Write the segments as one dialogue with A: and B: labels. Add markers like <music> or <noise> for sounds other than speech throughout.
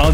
A: En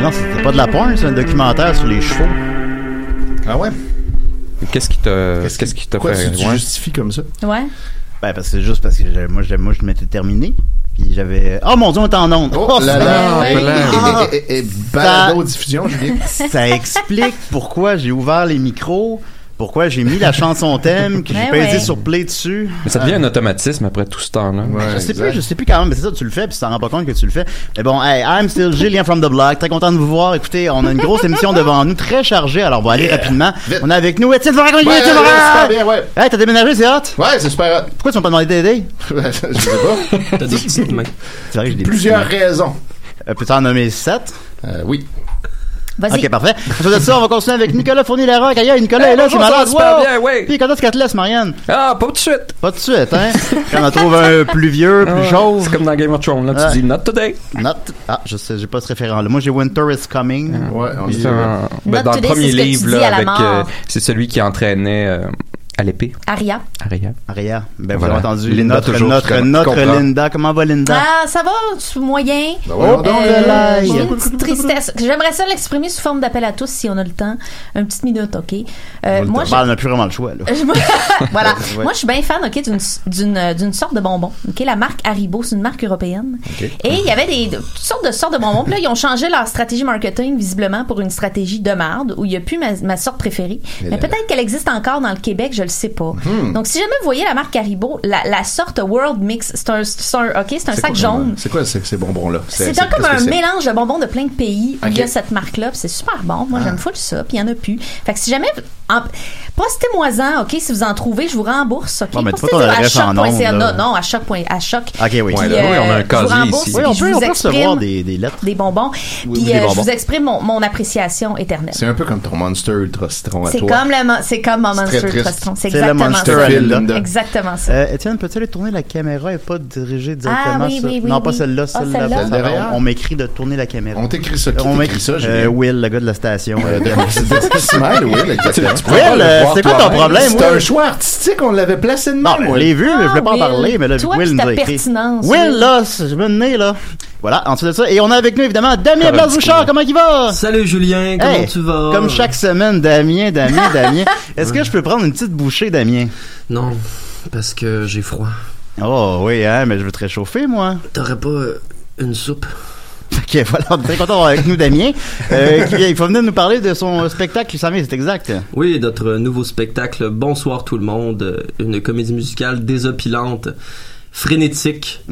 B: Non, c'était pas de la porn, c'est un documentaire sur les chevaux.
C: Ah ouais?
D: Qu'est-ce qui t'a qu'est-ce qui t'a
C: Pourquoi
D: fait
C: tu te
D: ouais.
C: justifies comme ça?
E: Ouais.
B: Ben, parce que c'est juste parce que j'avais- moi, j'avais- moi, je m'étais terminé. Puis j'avais. Oh mon dieu, on est en onde!
C: Oh
B: <laughs>
C: là là,
B: c'est- Ah.
C: oh là là. Et- et- et- et balado-diffusion, Julien.
B: Ça explique pourquoi j'ai ouvert les micros, pourquoi j'ai mis la chanson thème, que j'ai
E: Ben
B: pesé
E: ouais.
B: sur play dessus.
D: Mais ça devient un automatisme après tout ce temps-là.
B: Ben,
E: Ben,
B: Je sais plus, je sais plus quand même, mais c'est ça, tu le fais, puis tu t'en rends pas compte que tu le fais. Mais bon, hey, I'm still Julien from the block. Très content de vous voir. Écoutez, on a une grosse émission devant nous, très chargée, alors on va aller rapidement. On a avec nous Étienne Forêt, comment il est,
C: Ouais,
B: Étienne
C: ouais,
B: Forêt?
C: super bien, ouais.
B: Hey, t'as déménagé, c'est hot?
C: Ouais, c'est super hot.
B: Pourquoi tu m'as pas demandé d'aider?
C: <laughs> je
B: <laughs>
C: sais pas.
D: T'as des petites mains.
B: C'est vrai que j'ai des
C: Plusieurs
B: petits-
C: raisons. Euh,
B: Euh, Peux-tu en nommer sept?
C: oui.
E: Vas-y.
B: Ok, parfait. Ensuite de ça, on va continuer avec Nicolas Fournier-Larocque. Aïe, aïe, Nicolas est là, c'est
D: bonjour, ça
B: malade.
D: va super
B: Wow!
D: bien, ouais.
B: Puis quand est-ce qu'elle te laisse, Marianne?
D: Ah, pas tout de suite.
B: Pas de
D: <laughs>
B: suite, hein? Quand on trouve un plus vieux, plus
D: Ah,
B: chauve.
D: C'est comme dans Game of Thrones, là, tu
B: Ouais.
D: dis not today.
B: Not... Ah, je sais, j'ai pas ce référent-là. Moi, j'ai Winter is Coming.
C: Ouais, on
D: C'est
C: dit.
B: euh,
D: un- ben,
E: Not
D: dans le
E: today,
D: premier
E: c'est ce que tu
D: livre,
E: dis
D: là,
E: à la
D: avec.
E: mort.
D: euh,
B: Ben,
D: c'est celui qui entraînait euh, à l'épée,
E: Aria.
D: Arya.
B: Rien. Ben,
D: Voilà.
B: vous avez entendu.
D: Linda
B: notre,
D: toujours,
B: notre,
D: je comprends.
B: notre
D: Je <laughs> comprends.
B: Linda. Comment va Linda?
E: Ah, ça va, je suis moyen.
C: Ben voyons donc,
E: Euh,
B: là,
E: j'ai
B: il-
E: une petite tristesse. J'aimerais ça l'exprimer sous forme d'appel à tous si on a le temps. Une petite minute, OK? Euh, moi,
B: Ben, on n'a plus vraiment le choix, là.
E: <laughs> je-
B: <laughs>
E: voilà.
B: Ouais.
E: Moi, je suis bien fan, ok, d'une d'une euh, d'une sorte de bonbon, ok, la marque Haribo, c'est une marque européenne. Et il y avait des de- toutes sortes de sortes de bonbons. Puis là, ils ont changé leur stratégie marketing visiblement pour une stratégie de marde où il n'y a plus ma, ma sorte préférée. Mais, peut-être qu'elle existe encore dans le Québec, je le sais pas. Donc, si jamais vous voyez la marque Haribo, la, la sorte World Mix, c'est un, c'est un- ok, c'est un
C: C'est
E: sac
C: quoi,
E: jaune.
C: C'est quoi ces, ces bonbons-là?
E: C'est un- comme
C: qu'est-ce que
E: un
C: c'est?
E: mélange de bonbons de plein de pays où il y a
C: Ok.
E: cette marque-là, puis c'est super bon. Moi, j'aime full ça, puis il y en a plus. Fait que si jamais en- Postez-moi-en, OK, si vous en trouvez, je vous rembourse. OK?
B: Bon, mais dis pas
E: Postez-le
B: ton
E: à
B: adresse en
E: choc.ca.
B: ondes, là. Ah,
E: Non, non, à choc. point- À choc.
B: OK, oui.
E: Puis, euh, je vous rembourse,
B: Oui, on
E: puis je
B: peut,
E: vous
B: on peut
E: exprime
B: recevoir des, des lettres.
E: des bonbons.
C: Oui,
E: Puis
C: des
E: euh, je
C: bonbons.
E: vous exprime mon, mon appréciation éternelle.
C: C'est un peu comme ton Monster Ultra Citron à
E: C'est
C: toi. <laughs>
E: comme, la mo- c'est comme mon
C: C'est très
E: Monster
C: triste.
E: Trustron.
C: C'est
E: C'est
C: le
E: exactement
C: Monster
E: ça.
C: Phil, Linda.
E: Exactement ça. Ah
B: Euh, Étienne, peux-tu aller tourner la caméra et pas diriger directement
E: oui,
B: ça?
E: oui, oui,
B: Non, pas
E: oui.
B: celle-là,
E: Ah,
B: celle-là.
E: celle-là.
B: Ça,
C: Derrière.
B: on on m'écrit de tourner la caméra.
C: On t'écrit ça. Qui
B: on
C: t'écrit ça,
B: euh,
C: Julien?
B: Will, le gars de la
C: <laughs>
B: station. euh, de-
C: Smile, Will, exactement.
B: Tu- tu pourras Will, euh,
C: le voir
B: c'est quoi ton
C: toi-même.
B: problème,
C: C'est un
B: Will?
C: choix artistique, on l'avait placé de
E: Ah,
C: même.
B: on
C: Will.
B: l'a vu, mais je voulais pas en
E: Will,
B: parler, mais là,
E: toi
B: Will
E: puis
B: nous
E: ta
B: a écrit.
E: pertinence,
B: Will,
E: Will.
B: là, je me nez, là. Voilà, ensuite de ça. Et on a avec nous, évidemment, Damien
F: Comme un
B: Blanc-Bouchard, comment il va?
F: Salut Julien, comment
B: Hey,
F: tu vas?
B: Comme chaque semaine, Damien, Damien,
F: <laughs>
B: Damien. Est-ce que je peux prendre une petite bouchée, Damien?
F: Non, parce que j'ai froid.
B: Oh oui, hein, mais je veux te réchauffer, moi.
F: T'aurais pas euh, une soupe?
B: Ok, <laughs> voilà, on est très content d'avoir avec nous Damien. Euh, qui, il faut venir nous parler de son euh, spectacle qui s'en vient, c'est exact.
F: Oui, notre nouveau spectacle Bonsoir tout le monde, euh, une comédie musicale désopilante, frénétique.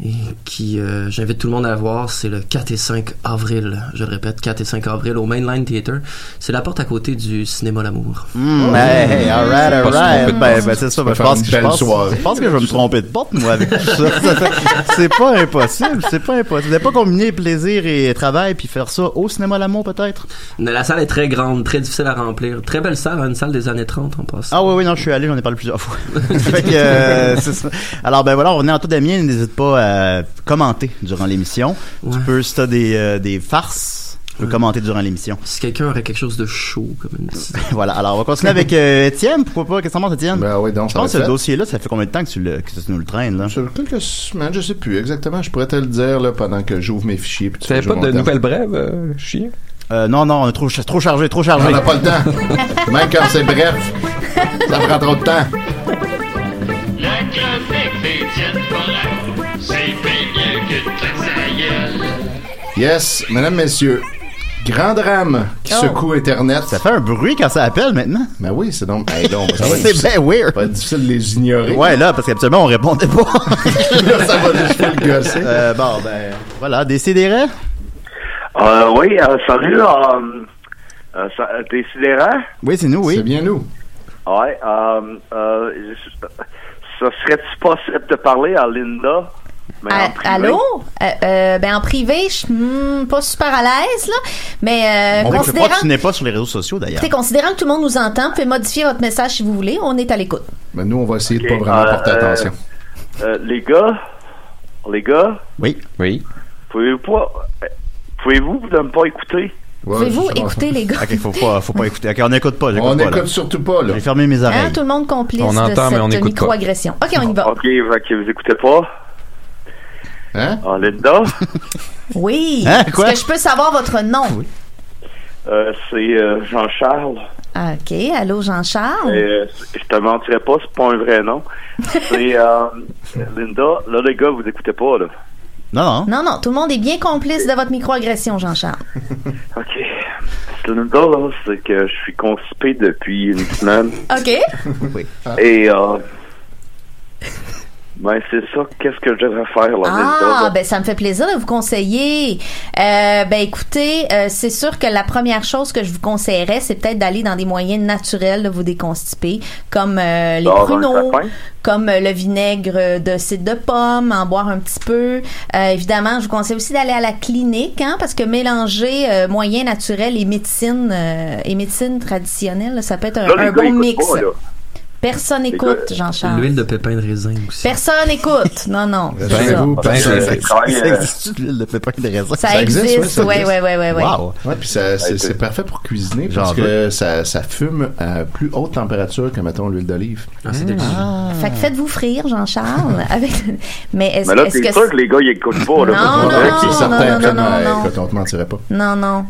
F: Et qui, euh, j'invite tout le monde à la voir, c'est le 4 et 5 avril. Je le répète, 4 et 5 avril au Mainline Theatre. C'est la porte à côté du cinéma L'Amour.
B: Hmm, hey, hey, all right, all right. Ben, ben, c'est ça, ben, je pense, que- je, pense,
C: soirée.
B: je pense que je vais me tromper de porte, moi, avec tout ça. <laughs> c'est pas impossible, c'est pas impossible. Vous n'avez pas combiné plaisir et travail, puis faire ça au cinéma L'amour, peut-être?
F: La salle est très grande, très difficile à remplir. Très belle salle, hein, une salle des années 30 en passant.
B: Ah oui, oui, non, je suis allé, j'en ai parlé plusieurs fois. <laughs> Fait que, euh, c'est ça. Alors, ben voilà, on est en tout Damien, n'hésite pas à commenter durant l'émission. Tu peux, si t'as des, euh, des farces, tu peux commenter durant l'émission.
F: Si quelqu'un aurait quelque chose de chaud, comme
B: <laughs>
F: une petite-
B: voilà, alors on va continuer avec euh, Étienne. Pourquoi pas? Qu'est-ce que t'en penses, Étienne?
C: Ben oui, donc,
B: Je
C: ça
B: pense
C: va
B: que ce
C: être fait.
B: dossier-là, ça fait combien de temps que tu, le, que tu nous le traînes, là?
C: Ça fait quelques semaines, je sais plus exactement. Je pourrais te le dire là, pendant que j'ouvre mes fichiers. puis Tu
B: T'avais
C: fais
B: pas
C: jouer
B: de
C: mon temps.
B: nouvelles brèves,
C: chien?
B: Euh, non, non, on est trop, ch- trop chargé, trop chargé.
C: On n'a pas le temps. Même quand c'est bref, ça prend trop de temps.
G: Le classique des tiennes c'est bien mieux que ta sa gueule.
C: Yes, mesdames, messieurs, grand drame qui
B: Oh.
C: secoue Internet. Ça
B: fait un bruit quand ça appelle maintenant.
C: Ben oui, c'est donc. Hey, donc, ça va être
B: <laughs> C'est bien weird.
C: pas difficile de les ignorer.
B: Ouais, là, parce qu'habituellement, on répondait pas.
C: <laughs> Là, ça va juste le gosser.
B: Euh, bon, ben, voilà, décidérez.
H: Euh, oui, euh, salut. Euh, euh, ça- euh, T'es sidérant?
B: Oui, c'est nous, oui. C'est
C: bien nous.
H: Ouais. Euh, euh, je- ça serait-tu possible de parler à Linda? Mais en
E: Ah,
H: privé?
E: Allô? Euh, euh, ben en privé, je suis hmm, pas super à l'aise là, mais euh,
B: on ne peut pas,
E: considérant,
B: tu n'es pas sur les réseaux sociaux, d'ailleurs.
E: t'sais, considérant que tout le monde nous entend, vous pouvez modifier votre message si vous voulez. On est à l'écoute.
C: Mais nous, on va essayer de
H: Ok,
C: pas vraiment
H: euh,
C: porter
H: euh,
C: attention.
H: Euh, les gars? Les gars?
B: Oui.
D: Oui.
H: Pouvez-vous pas. euh, Pouvez-vous ne me pas écouter?
E: Pouvez-vous écouter les gars?
B: Ok, faut pas, faut pas écouter. Ok, on n'écoute pas.
C: On
B: n'écoute
C: écoute surtout pas, là.
B: J'ai fermé mes
E: Hein,
B: oreilles.
E: tout le monde complice
B: On
E: de
B: entend, mais on
E: cette
B: n'écoute pas.
E: microagression. Ok, on y va.
H: Ok, fait que vous écoutez pas?
C: Hein?
H: Ah,
C: <laughs>
H: Linda?
E: Oui.
H: Hein, quoi?
E: Est-ce que je peux savoir votre nom?
H: Euh, c'est euh, Jean-Charles.
E: Ah, Ok, allô Jean-Charles.
H: Euh, je te mentirais pas, c'est pas un vrai nom. C'est euh, Linda. Là, les gars, vous écoutez pas, là.
B: Non,
E: non. Non, non, tout le monde est bien complice de votre microagression, Jean-Charles.
H: OK. C'est le dos, là, c'est que je suis constipé depuis une semaine.
E: OK.
B: Oui.
H: Et, euh, ben, c'est ça, qu'est-ce que je devrais faire, là, Linda,
E: Ah,
H: là?
E: ben ça me fait plaisir de vous conseiller. Euh, ben écoutez, euh, c'est sûr que la première chose que je vous conseillerais, c'est peut-être d'aller dans des moyens naturels de vous déconstiper, comme euh, les
H: Dans un
E: pruneaux,
H: sapin?
E: comme euh, le vinaigre de cidre de pomme, en boire un petit peu. Euh, évidemment, je vous conseille aussi d'aller à la clinique, hein, parce que mélanger euh, moyens naturels et médecine euh, et médecine traditionnelle, là, ça peut être un,
F: Là, les
E: un
F: gars,
E: bon
F: écoutent
E: mix.
F: pas, là.
E: Personne
F: Les
E: n'écoute,
F: gars,
E: Jean-Charles.
F: L'huile de pépin de raisin aussi.
E: Personne écoute. Non, non.
F: Ben,
E: c'est ça.
F: vous,
C: Ça
F: ben,
C: existe,
F: euh,
C: ça
F: euh,
B: existe, l'huile de pépin de raisin.
E: Ça existe, ouais, ouais, ouais, ouais, ouais.
C: Wow. Ouais, puis ça, c'est, c'est parfait pour cuisiner parce
B: J'en
C: que ça, ça fume à plus haute température que, mettons, l'huile d'olive. Ah, c'est
E: Euh, Fait que faites-vous frire, Jean-Charles. <laughs> avec... Mais est-ce
C: Mais là,
E: est-ce
C: t'es
E: que.
C: sûr
E: c'est-
C: que les
H: gars, ils écoutent pas,
E: là. Non, non, non, non, non, non, non, non.
C: Écoute, on te mentirait pas.
E: Non, non.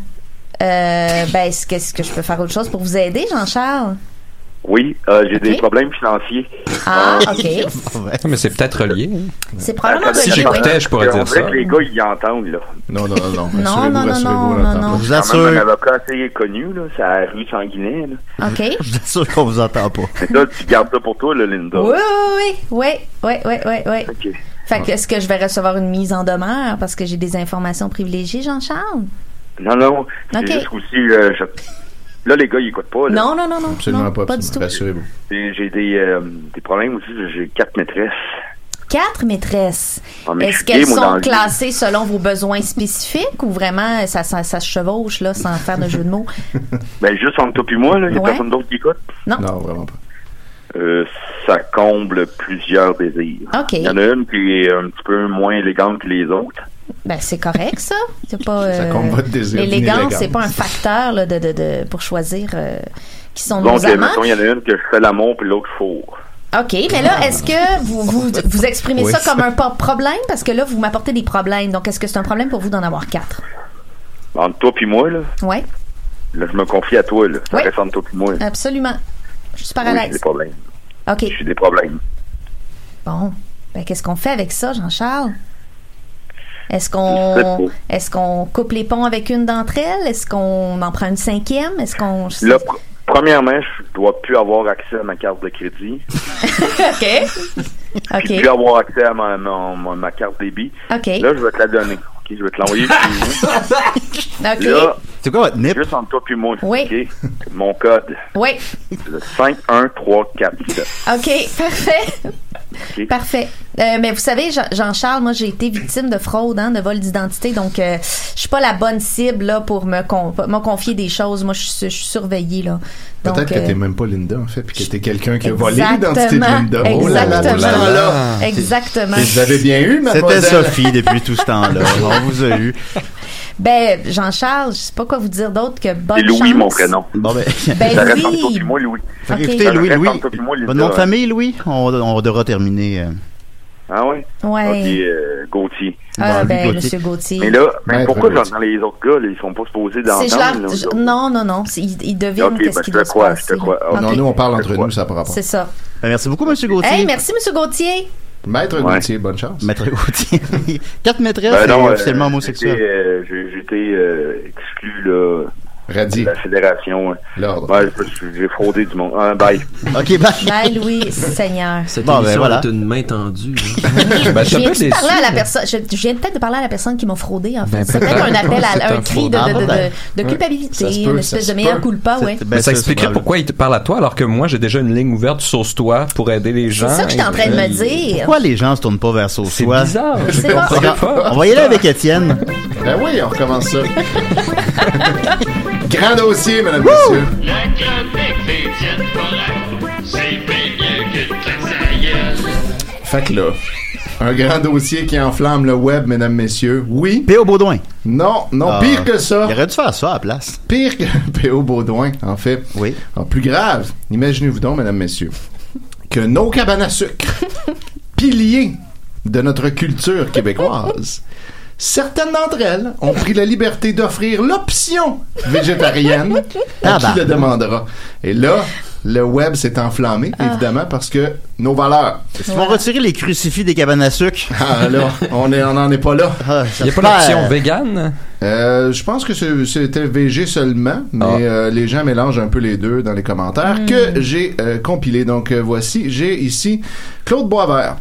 E: Euh, ben, est-ce que, est-ce que je peux faire autre chose pour vous aider, Jean-Charles?
H: Oui, euh, j'ai des problèmes financiers.
E: Ah,
H: Euh,
E: OK.
H: <laughs>
D: Mais c'est peut-être relié. hein.
E: C'est probablement
D: Si
E: relié,
D: j'écoutais,
E: oui.
D: je pourrais
H: on
D: dire
H: dirait
D: ça.
H: que les gars, ils entendent, là.
C: Non, non, non,
E: Non, Rassurez-vous, non, non, rassurez-vous, on non, entend. non.
B: Je vous
H: Quand même,
B: assure.
H: Un avocat assez connu, là, c'est à la rue Sanguinet, là.
E: OK. Oui,
B: Je suis sûr qu'on vous entend pas.
H: Mais là, tu gardes ça pour toi, là, Linda.
E: oui, oui, oui, oui, oui, oui, oui. Fait que, est-ce que je vais recevoir une mise en demeure parce que j'ai des informations privilégiées, Jean-Charles?
H: Non, non. C'est
E: Ok.
H: juste aussi, euh, je, Là, les gars, ils écoutent pas. là.
E: Non, non, non, non.
C: Absolument
E: non,
C: pas,
E: Pas du
C: absolument.
E: tout.
C: Rassurez-vous.
H: Et J'ai des, euh, des problèmes aussi. J'ai quatre maîtresses.
E: Quatre maîtresses.
H: Ah, mais je
E: Est-ce
H: suis gay,
E: qu'elles
H: moi, dans
E: sont
H: la vie.
E: classées selon vos besoins spécifiques ou vraiment ça, ça, ça se chevauche là, sans faire de jeu de mots?
H: Ben, juste entre toi et moi, là. Il y a
E: Ouais.
H: personne d'autre qui écoute.
E: Non.
C: vraiment pas.
H: Euh, ça comble plusieurs désirs.
E: OK.
H: Il y en a une qui est un petit peu moins élégante que les autres.
E: Ben, c'est correct, ça. C'est pas, euh,
H: compte votre désir
E: L'élégance,
H: d'inélégance.
E: c'est pas un facteur là, de, de, de- pour choisir euh, qui sont
H: Donc,
E: nos
H: euh,
E: amants.
H: mettons, il y en a une que je fais l'amour puis l'autre four.
E: OK, mais là, est-ce que vous, vous, vous exprimez
H: Oui,
E: ça
H: ça.
E: comme un po- problème? Parce que là, vous m'apportez des problèmes. Donc, est-ce que c'est un problème pour vous d'en avoir quatre?
H: Entre toi puis moi, là.
E: Oui,
H: Là, je me confie à toi, là. Ça
E: Oui.
H: reste entre toi puis moi. là.
E: absolument. Je suis
H: Oui, j'ai
E: parallèle.
H: des problèmes.
E: OK,
H: J'ai des problèmes.
E: bon. Ben, qu'est-ce qu'on fait avec ça, Jean-Charles? Est-ce
H: Je sais
E: qu'on
H: pas.
E: est-ce qu'on coupe les ponts avec une d'entre elles? Est-ce qu'on en prend une cinquième? Est-ce qu'on...
H: Là, pr- premièrement, je dois plus avoir accès à ma carte de crédit.
E: <laughs> OK.
H: Puis
E: OK.
H: plus avoir accès à ma, mon- mon- ma carte débit.
E: OK.
H: Là, je vais te la donner. OK, je vais te l'envoyer.
E: <laughs> OK.
H: C'est quoi votre nip? Juste entre toi puis moi.
E: Oui.
H: OK? Mon code,
E: Oui.
H: le 51347.
E: OK. Parfait.
H: OK?
E: Parfait. Euh, mais vous savez, Jean- Jean-Charles, moi, j'ai été victime de fraude, hein, de vol d'identité. Donc, euh, je suis pas la bonne cible là, pour me, con- me confier des choses. Moi, je suis je suis surveillée. Là. Donc,
C: Peut-être que
E: euh,
C: t'es même pas Linda, en fait, puis que t'es quelqu'un qui a volé
E: Exactement.
C: l'identité de Linda. Oh là là,
E: Exactement.
C: oh là là.
E: Exactement.
C: Vous avez bien eu,
B: C'était
C: mademoiselle.
B: Sophie depuis tout ce temps-là. On vous a eu.
E: Ben, Jean-Charles, je sais pas quoi vous dire d'autre que bonne
B: C'est Louis,
E: chance.
B: mon prénom. Bon, ben-
E: Ben
H: Ça reste
E: oui.
H: entre toi puis moi, Louis.
B: Fait que,
E: Ok.
B: écoutez,
E: Ça
B: Louis,
H: reste
B: Louis,
H: entre toi puis moi, hein. Linda.
B: votre nom de famille, Louis, on, on devra terminer. euh.
H: Ah oui?
E: Ouais.
H: OK, euh, Gauthier.
E: Ah,
B: Bon,
E: ben,
B: Gauthier.
E: Monsieur Gauthier.
H: Mais là, mais
B: Maître
H: pourquoi
B: Gauthier.
H: j'entends les autres gars, là, ils sont pas supposés
E: C'est je leur-
H: d'entendre. là,
E: je-
H: les autres.
E: non, non, non. c'est- Ils, ils devinent
H: Ok,
E: qu'est-ce
H: ben,
E: qui
H: je te
E: doit se
H: crois,
E: passer.
H: je te crois.
E: Ok.
C: Non, nous, on parle entre nous, ça par rapport.
E: C'est ça.
B: Ben, merci beaucoup, Monsieur Gauthier.
E: Hey, merci, Monsieur Gauthier.
C: Maître
H: Ouais.
C: Gauthier, bonne chance.
B: Maître Gauthier. Quatre maîtresses
H: Ben
B: et
H: non, euh,
B: officiellement homosexuel.
H: j'étais, euh, j'ai- J'étais euh, exclu là,
C: Radis.
H: de la fédération. ouais. Ouais, je- j'ai fraudé du monde. Ah, bye.
B: OK,
E: Ben, Louis, Seigneur.
F: Cette
H: Bon, ben,
F: émission
H: voilà.
F: est une main tendue. hein.
E: <laughs> Ben, Je viens, de parler à la personne, je, je viens peut-être de parler à la personne qui m'a fraudé, en fait.
F: Ben,
E: c'est peut-être un
F: peut-être.
E: appel
F: C'est
E: à un
F: un
E: cri de,
F: fraudeur.
E: de- de-
F: Ouais.
E: de culpabilité,
F: Ça se peut,
E: une
F: ça
E: espèce
F: se
E: de meilleur
F: peut. ben,
E: culpa,
B: Ben,
E: ouais.
I: Ben,
D: Mais ça expliquerait pourquoi il te parle à toi alors que moi j'ai déjà une ligne ouverte sur toi pour aider les gens.
E: ça que j'étais en train de me dire.
B: Pourquoi les gens se tournent pas vers Sauce C'est
D: bizarre.
E: Je C'est comprends bon. pas.
B: On va y aller avec Étienne.
C: Ben oui, on recommence
B: <laughs>
C: ça. Grand dossier, madame, monsieur.
G: La chronique d'Étienne Forêt, c'est bien mieux que de la sailleuse.
C: Fait que là, un grand dossier qui enflamme le web, mesdames, messieurs. Oui. P.O. Baudouin. Non, non,
B: Ah.
C: pire que ça.
B: Il aurait dû faire ça à la place.
C: Pire que <laughs> P.O. Baudouin, en fait. Oui. plus grave, imaginez-vous donc, mesdames, messieurs, que nos cabanes à sucre,
B: <laughs>
C: piliers de notre culture québécoise, certaines d'entre elles ont pris la liberté d'offrir l'option végétarienne à qui le
B: Tabarnak.
C: demandera. Et là, le web s'est enflammé, évidemment, parce que nos valeurs.
B: Ils vont retirer les crucifix des cabanes à sucre. Ah,
C: Ah là, on est- on n'en est pas là.
B: Il y a pas l'option perd.
C: vegan? Euh, je pense que c'est- c'était VG seulement, mais
B: Ah.
C: euh, les gens mélangent un peu les deux dans les commentaires
B: Mm.
C: que j'ai euh, compilé. Donc euh, voici, j'ai ici Claude Boisvert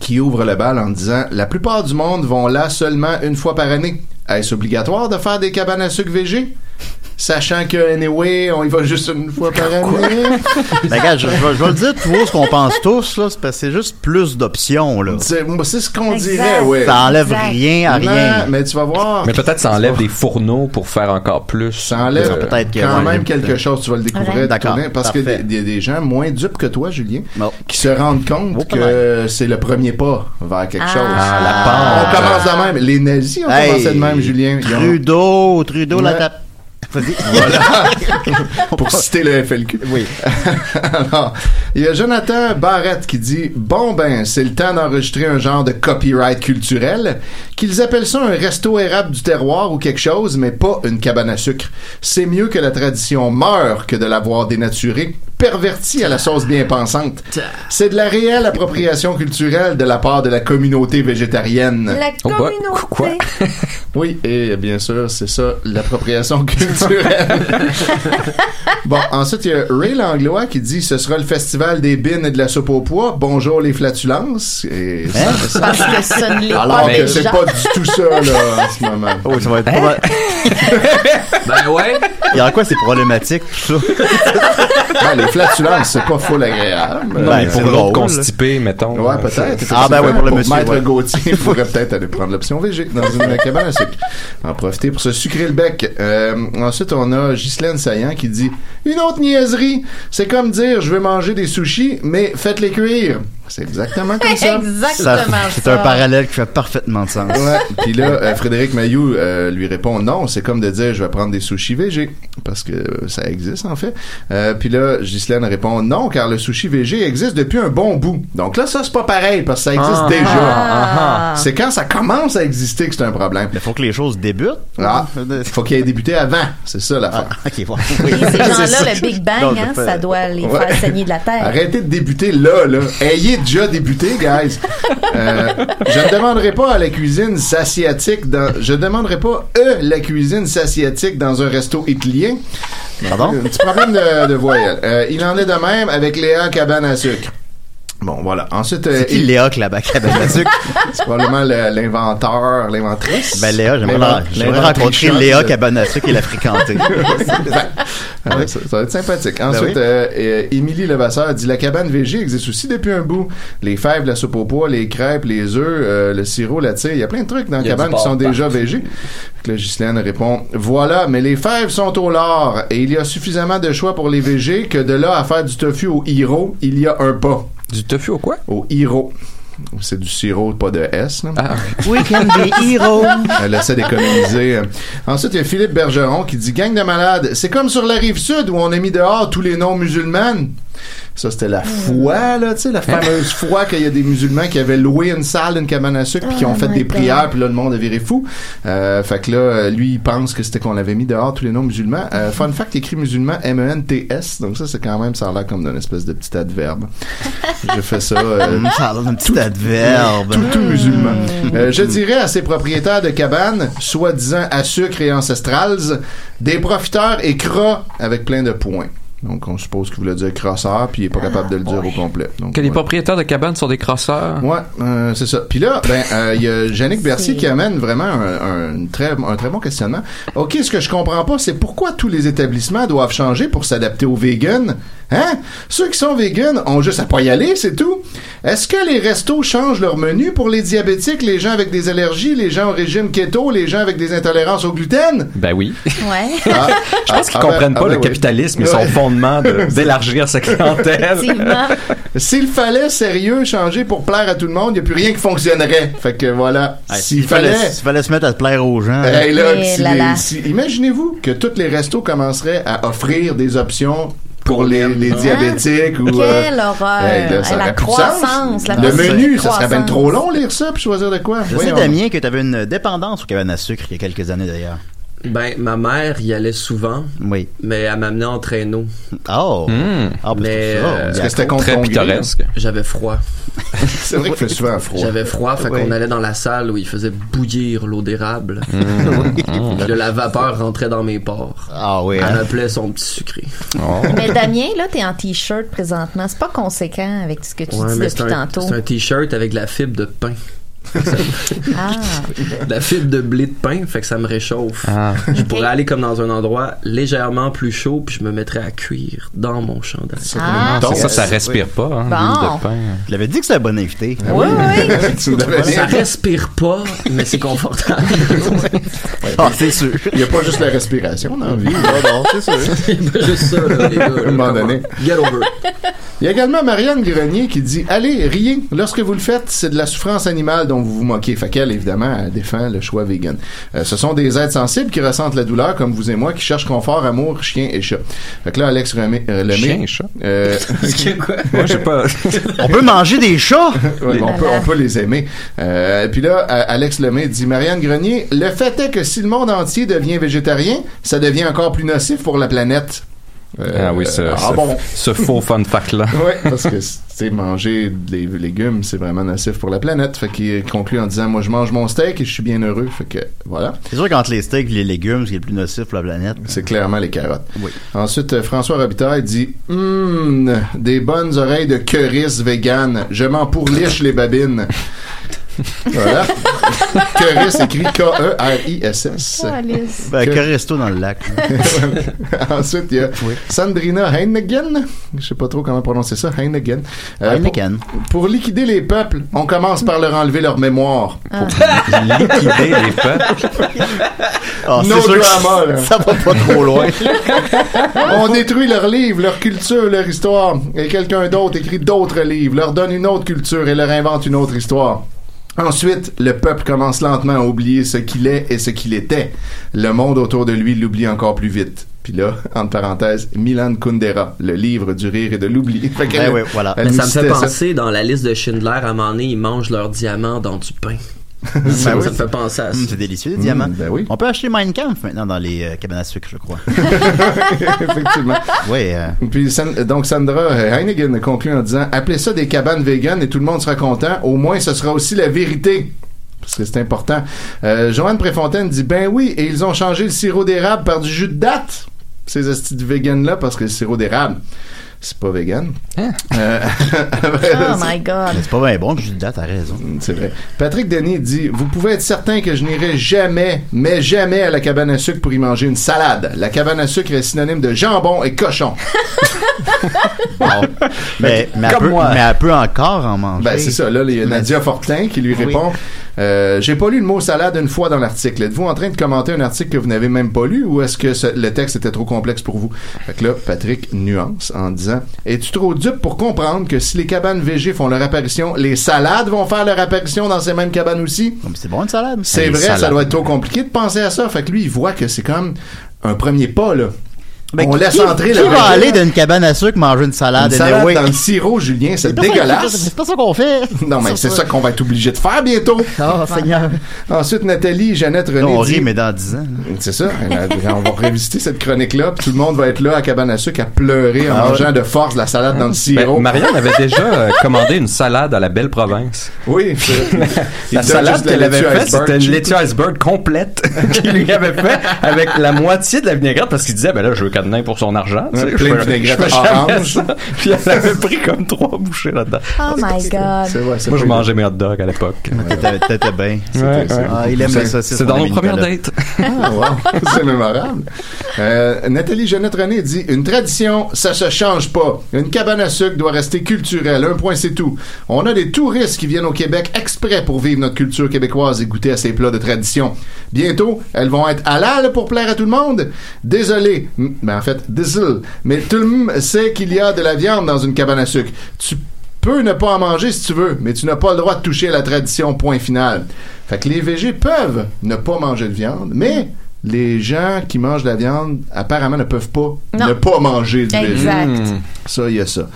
C: qui ouvre le bal en disant La plupart du monde vont là seulement une fois par année. Est-ce obligatoire de faire des cabanes à sucre VG? Sachant que, anyway, on y va juste une fois par année.
B: Ben, regarde, je, je vais- je vais le dire tout haut, ce qu'on pense tous, là, c'est parce que c'est juste plus d'options, là.
C: <laughs> C'est c'est ce qu'on
B: Exact.
C: dirait, ouais.
B: Ça enlève Exact. rien à
C: Non,
B: rien.
C: Mais tu vas voir.
E: Ah.
D: Mais peut-être ça enlève des fourneaux pour faire encore plus. Ça
C: enlève quand même quelque chose, tu vas le découvrir. D'accord. Parce qu'il y a des gens moins dupes que toi, Julien, qui se rendent compte que c'est le premier pas vers quelque
B: Ah.
C: chose.
B: Ah, la
C: On commence de même. Les nazis ont
B: Hey,
C: commencé de même, Julien. Ils ont-
B: Trudeau, Trudeau, la
C: Ouais.
B: tape. <laughs> Vas-y.
C: <laughs> pour citer le FLQ. Oui. <laughs> Alors, il y a Jonathan Barrette qui dit Bon, ben, c'est le temps d'enregistrer un genre de copyright culturel. Qu'ils appellent ça un resto érable du terroir ou quelque chose, mais pas une cabane à sucre. C'est mieux que la tradition meure que de l'avoir dénaturée. perverti à la sauce bien pensante. C'est de la réelle appropriation culturelle de la part de la communauté végétarienne.
E: La communauté.
C: <laughs> Oui, et bien sûr, c'est ça, l'appropriation culturelle. bon, ensuite, il y a Ray Langlois qui dit ce sera le festival des bines et de la soupe au poids. Bonjour les flatulences. Et ça-
B: Hein?
C: ça-
E: Parce que ça ne l'est
C: Alors
E: pas
C: que
E: déjà.
C: c'est pas du tout ça, là, en ce moment.
B: Oh, ça va être probable-
F: Ben ouais.
B: Il y a en quoi c'est problématique,
C: <laughs>
B: tout ça?
C: Ah, les flatulences, c'est pas full agréable.
D: Non, mais Ben, pour
C: c'est
D: l'autre
C: drôle.
D: constipé, mettons.
C: Ouais,
D: euh,
C: peut-être.
D: Ah, ben ouais, pour le monsieur,
C: Maître
D: ouais.
C: Gauthier il pourrait peut-être aller prendre l'option VG dans une cabane à sucre. En profiter pour se sucrer le bec. Euh, ensuite, on a Ghislaine Saillant qui dit Une autre niaiserie. C'est comme dire je veux manger des sushis, mais faites-les cuire. C'est exactement
E: <laughs>
C: comme ça.
B: Ça- C'est un parallèle qui fait parfaitement de sens.
C: Ouais. Puis là, euh, Frédéric Mailloux euh, lui répond non, c'est comme de dire je vais prendre des sushis VG parce que euh, ça existe en fait. Euh, puis là, Ghislaine répond non car le sushi VG existe depuis un bon bout. Donc là, ça c'est pas pareil parce que ça existe
B: Ah.
C: déjà.
B: Ah.
C: C'est quand ça commence à exister que c'est un problème. Mais
B: faut que les choses débutent. <laughs> Ah,
C: Ah, faut qu'il ait débuté avant. C'est ça l'affaire.
B: ok,
E: Ces
F: Ben,
E: gens-là, le Big Bang,
C: Non,
E: hein,
C: je fais-
E: ça doit les
C: Ouais.
E: faire saigner de la
C: <laughs>
E: terre.
C: Arrêtez de débuter là, là. Ayez déjà débuté, guys. Euh, je ne demanderai pas à la cuisine s'asiatique dans. Je demanderai pas eux la cuisine s'asiatique dans un resto italien.
B: Pardon?
C: Un petit problème de, de voyelle. Euh, il en est de même avec Léa Cabane à sucre. Bon, voilà. Ensuite. euh,
B: C'est qui
C: il-
B: Léa que la bacade à sucre?
C: C'est probablement le- l'inventeur, l'inventrice.
B: Ben Léa, j'aimerais
C: L'invent-
B: la- j'aimerais
C: l'inventrice
B: rencontrer
C: chante.
B: Léa Cabane à sucre et la
C: <laughs>
B: fréquenter.
C: Ah ouais, ça, ça va être sympathique.
B: Ben
C: Ensuite,
B: oui.
C: euh, euh, Émilie Levasseur dit La cabane VG existe aussi depuis un bout. Les fèves, la soupe au pois, les crêpes, les œufs, euh, le sirop, la tire. Il y a plein de trucs dans la
J: Il y a
C: cabane
J: du
C: qui sont
J: porc
C: déjà VG. Fait que là, Ghislaine répond Voilà, mais les fèves sont au lard et il y a suffisamment de choix pour les VG que de là à faire du tofu au hiro, il y a un pas. Du tofu au quoi Au hiro. C'est du sirop, pas de S. Là.
B: We can be heroes.
C: Elle essaie d'économiser. Ensuite, il y a Philippe Bergeron qui dit Gang de malades, c'est comme sur la rive sud où on a mis dehors tous les noms musulmans. Ça, c'était la foi, là, tu sais, la fameuse foi qu'il y a des musulmans qui avaient loué une salle, une cabane à sucre, puis qui ont
J: Oh
C: fait
J: my
C: des
J: God.
C: prières, puis là, le monde a viré fou. Euh, fait que là, euh, lui, il pense que c'était qu'on avait mis dehors tous les noms musulmans. Euh, fun fact, écrit musulman, E M-E-N-T-S, donc ça, c'est quand même, ça a l'air comme d'une espèce de petit adverbe. Je fais ça.
B: <laughs>
C: euh,
B: Mm, ça a l'air d'un petit adverbe. Mm.
C: Tout, tout musulman. Euh, je dirais à ces propriétaires de cabanes, soi-disant à sucre et ancestrales, des profiteurs et cras avec plein de points. Donc, on suppose qu'il voulait dire crosseur, puis il est pas capable de le
B: Ah,
C: dire au complet. Donc,
D: Que les
C: ouais.
D: propriétaires de cabanes sont des crosseurs.
C: Ouais, euh, c'est ça. Puis là, ben, euh, il y a Yannick Bercy qui amène vraiment un, un très, un très bon questionnement. OK, ce que je comprends pas, c'est pourquoi tous les établissements doivent changer pour s'adapter aux vegans? Hein? Ceux qui sont vegans ont juste à pas y aller, c'est tout. Est-ce que les restos changent leur menu pour les diabétiques, les gens avec des allergies, les gens au régime keto, les gens avec des intolérances au gluten?
D: Ben oui.
E: Ouais.
D: <laughs> Je pense qu'ils
C: ah,
D: comprennent
C: ben-
D: pas
C: ah, ben
D: le
C: oui.
D: capitalisme et son
C: Ouais.
D: fondement
C: <laughs>
D: de- d'élargir sa clientèle.
E: Effectivement.
C: S'il fallait sérieux changer pour plaire à tout le monde, il n'y a plus rien qui fonctionnerait. Fait que voilà.
B: Ouais,
C: S'il fallait...
B: s'il fallait se mettre à te plaire aux
E: Ah.
B: gens.
C: Euh, Hey, là,
B: Eh
C: si
B: là
C: les-
B: là.
C: si- imaginez-vous que tous les restos commenceraient à offrir des options pour les, les diabétiques ou euh,
E: Quelle horreur.
C: hey, là, ça
E: la
C: aurait plus de
E: croissance.
C: sens.
E: La
C: le menu, ça serait bien trop long lire ça puis choisir de quoi.
B: Je sais,
C: Voyons. <laughs>
B: Damien, que tu avais une dépendance aux cabanes à sucre il y a quelques années d'ailleurs.
F: Ben, ma mère y allait souvent.
B: Oui.
F: Mais elle m'amenait en traîneau.
B: Oh! Ah,
F: mais.
B: c'est ça. Parce que c'était contre
F: Hmm. très
B: ton gré.
F: pittoresque. J'avais froid.
C: C'est vrai qu'il fait souvent froid.
F: J'avais froid, fait
C: Oui.
F: qu'on allait dans la salle où il faisait bouillir l'eau d'érable. Hmm. <laughs>
D: Mmh.
F: Puis là, la vapeur rentrait dans mes pores.
B: Ah oui.
F: Elle
D: hein.
F: appelait son petit sucré.
E: Mais Damien, là, t'es en t-shirt présentement. C'est pas conséquent avec ce que tu
F: Ouais,
E: dis
F: mais c'est
E: depuis
F: un,
E: tantôt.
F: c'est un t-shirt avec de la fibre de pain.
E: Ah.
F: De la fibre de blé de pain, fait que ça me réchauffe.
D: Ah.
F: Je pourrais aller comme dans un endroit légèrement plus chaud, puis je me mettrais à cuire dans mon chandail.
D: Ah, Donc, ça, ça respire pas, hein, l'huile de pain.
B: Je l'avais dit que c'était un bon invité.
E: Ah
F: Oui,
B: <laughs>
F: oui.
C: Ah <laughs> Tu me l'avais dit.
F: Ça respire pas, mais c'est confortable.
B: Ah, c'est sûr.
C: Il n'y a pas juste
B: <laughs>
C: la respiration dans la vie.
F: <laughs> c'est pas juste ça, là, les gars.
C: <laughs> À un moment donné.
F: Get over it.
C: Il y a également Marianne Grenier qui dit Allez, riez. Lorsque vous le faites, c'est de la souffrance animale dont vous vous moquez. Fait qu'elle, évidemment, elle défend le choix vegan. Euh, ce sont des êtres sensibles qui ressentent la douleur, comme vous et moi, qui cherchent confort, amour, chien et chat. Fait que là, Alex Remé, euh, Lemay.
D: Chien et chat? <laughs>
C: Euh, <laughs>
D: Moi, j'ai <laughs> pas.
B: On peut manger des chats!
C: Ouais, on, peut, on peut les aimer. Euh, puis là, euh, Alex Lemay dit Marianne Grenier, le fait est que si le monde entier devient végétarien, ça devient encore plus nocif pour la planète. Euh,
D: ah oui, ce,
C: ah
D: ce-
C: bon.
D: ce
C: <laughs>
D: faux fun fact-là.
C: Oui, parce que c'est manger des légumes, c'est vraiment nocif pour la planète. Fait qu'il conclut en disant, moi je mange mon steak et je suis bien heureux. Fait que voilà.
B: C'est sûr qu'entre les steaks et les légumes, ce qui est le plus nocif pour la planète.
C: C'est clairement les carottes. Ensuite, euh, François Robitaille dit Hum, des bonnes oreilles de curis vegan. Je m'en pourliche les
B: <laughs>
C: babines. voilà. Curis écrit E K-E-R-I-S-S.
B: Calice. Ben, Coristo dans le lac. hein.
C: <laughs> Ensuite, il y a Sandrina Heineken. Je sais pas trop comment prononcer ça. Heineken. Euh,
B: Heineken.
C: Pour, pour liquider les peuples, on commence par leur enlever leur mémoire.
B: <laughs>
D: Liquider les peuples.
C: Ah, c'est
B: No
C: sûr que
B: drama,
C: ça-
B: là.
C: ça va pas trop loin. <laughs> On détruit leurs livres, leur culture, leur histoire. Et quelqu'un d'autre écrit d'autres livres, leur donne une autre culture et leur invente une autre histoire. Ensuite, le peuple commence lentement à oublier ce qu'il est et ce qu'il était. Le monde autour de lui l'oublie encore plus vite. Puis là, entre parenthèses, Milan Kundera, le livre du rire et de l'oubli. <laughs> Fait
E: Ben
C: qu'elle- elle
F: Mais
C: nous
F: ça me fait
C: citait
F: penser, dans la liste de Schindler, à un moment donné, ils mangent leurs diamants dans du pain. ça,
B: <laughs> Ben oui.
F: ça me fait penser à ça.
B: Hum, c'est délicieux, les diamants.
F: ben
C: Mmh, oui.
B: On peut acheter Mein Kampf maintenant dans les euh, cabanes à sucre, je
C: <laughs>
B: crois.
C: Effectivement.
B: Oui.
C: Puis San- donc Sandra euh, Heineken conclut en disant appelez ça des cabanes véganes et tout le monde sera content. Au moins, ce sera aussi la vérité. Parce que c'est important. Euh, Joanne Préfontaine dit ben oui, et ils ont changé le sirop d'érable par du jus de date. Ces astuces véganes là parce que le sirop d'érable, c'est pas vegan. Euh,
E: Hein?
C: <laughs>
E: Oh my god.
C: c'est pas bien bon, je dis date, t'as raison. Mm, C'est vrai. Patrick Denis dit Vous pouvez être certain que je n'irai jamais, mais jamais à la cabane à sucre pour y manger une salade. La cabane à sucre est synonyme de jambon et <laughs> cochon. <laughs>
B: Mais, mais, elle
C: Comme
B: peut,
C: moi.
B: mais elle peut encore en manger.
C: Ben, c'est ça. Là, il y a Nadia Fortin qui lui
B: Oui.
C: répond euh, J'ai pas lu le mot salade une fois dans l'article. Êtes-vous en train de commenter un article que vous n'avez même pas lu ou est-ce que ce- le texte était trop complexe pour vous Fait que là, Patrick nuance en disant Es-tu trop dupe pour comprendre que si les cabanes VG font leur apparition, les salades vont faire leur apparition dans ces mêmes cabanes aussi
B: C'est bon une salade.
C: C'est
B: Une
C: vrai, ça
B: salade.
C: doit être trop compliqué de penser à ça. Fait que lui, il voit que c'est comme un premier pas, là.
B: Ben,
C: On
B: qui-
C: laisse
B: qui-
C: entrer
B: Qui
C: le
B: va
C: végé,
B: aller
C: là.
B: d'une cabane à sucre manger une salade?
C: Une salade
B: anyway?
C: dans le sirop, Julien, c'est
B: C'est pas ça-
C: dégueulasse.
B: C'est pas ça qu'on fait.
C: Non, mais c'est ça qu'on va être obligé de faire bientôt.
B: Oh, Seigneur.
C: Ensuite, Nathalie, Jeannette René.
B: on rit,
C: mais dans 10 ans. C'est ça. On va révisiter cette chronique-là, puis tout le monde va être là à cabane à sucre à pleurer en
D: Ah ouais.
C: mangeant de force la salade dans le sirop.
D: Ben, Marianne avait déjà euh, commandé une salade à la belle province. <laughs>
C: Oui. c'est- Il
D: La
C: donne juste
D: salade
C: de la
D: qu'elle avait
C: laitue
D: faite,
C: iceberg.
D: c'était une laitue iceberg complète qu'il lui avait fait avec la moitié de la vinaigrette parce qu'il disait, ben là, je veux cadenin pour son argent. tu sais,
C: Ouais,
D: je
C: plein
D: fais-
C: de vinaigrette
D: je fais jamais
C: orange.
D: ça. Puis elle avait pris comme trois bouchées là-dedans.
E: Oh my god.
C: vrai,
D: Moi, je mangeais mes hot dogs à l'époque.
B: T'étais t'étais bien.
D: Ouais, ouais.
B: Ah, il aime
D: C'est-
B: les saucisses.
D: C'est dans nos
B: mon ami
D: premières
B: Nicolas.
D: dates. <laughs>
C: Ah, wow. <laughs> C'est mémorable. Euh, Nathalie Jeannette René dit Une tradition, ça se change pas. Une cabane à sucre doit rester culturelle. Un point, c'est tout. On a des touristes qui viennent au Québec exprès pour vivre notre culture québécoise et goûter à ces plats de tradition. Bientôt, elles vont être halal pour plaire à tout le monde. Désolé, m- ben en fait, désolé, mais tout le monde sait qu'il y a de la viande dans une cabane à sucre. Tu peux ne pas en manger si tu veux, mais tu n'as pas le droit de toucher à la tradition, point final. Fait que les VG peuvent ne pas manger de viande, mais les gens qui mangent de la viande, apparemment, ne peuvent pas
E: Non.
C: ne pas manger du VG.
E: Exact.
B: Hmm.
C: Ça, il y a ça.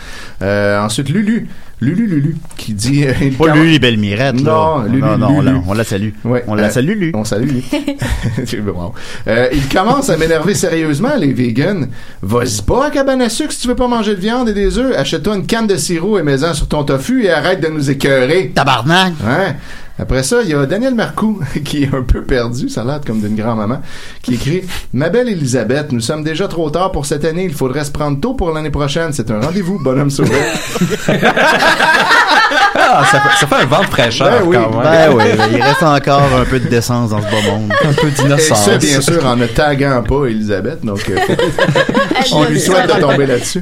C: Euh, ensuite, Lulu. Lulu, Lulu, qui dit... euh,
B: Pas lui, les belles mirettes. là.
C: Non, Lulu,
B: non, non, on
C: Lulu.
B: la- on la salue.
C: Ouais,
B: On la
C: euh,
B: salue, lui.
C: On
B: <laughs>
C: salue, lui. <laughs> C'est bon. Euh, il commence à m'énerver sérieusement, les vegans. Vas-y pas à cabane à sucre si tu veux pas manger de viande et des œufs. Achète-toi une canne de sirop et mets-en sur ton tofu et arrête de nous écœurer.
B: Tabarnak!
C: Hein? Après ça, il y a Daniel Marcoux, <laughs> qui est un peu perdu, ça a l'air comme d'une grand-maman, qui écrit « Ma belle Elisabeth, nous sommes déjà trop tard pour cette année. Il faudrait se prendre tôt pour l'année prochaine. C'est un rendez-vous,
B: <laughs>
C: bonhomme sauveur. »
D: Ah, ça, fait- ça fait un vent de fraîcheur
C: Ben oui,
D: quand même.
B: Ben
C: <laughs>
B: oui, <laughs> il reste encore un peu de décence dans ce beau monde.
D: Un peu d'innocence.
C: Et ça, bien sûr, en ne taguant pas Elisabeth. Donc, euh,
D: <laughs>
C: on lui souhaite de tomber là-dessus.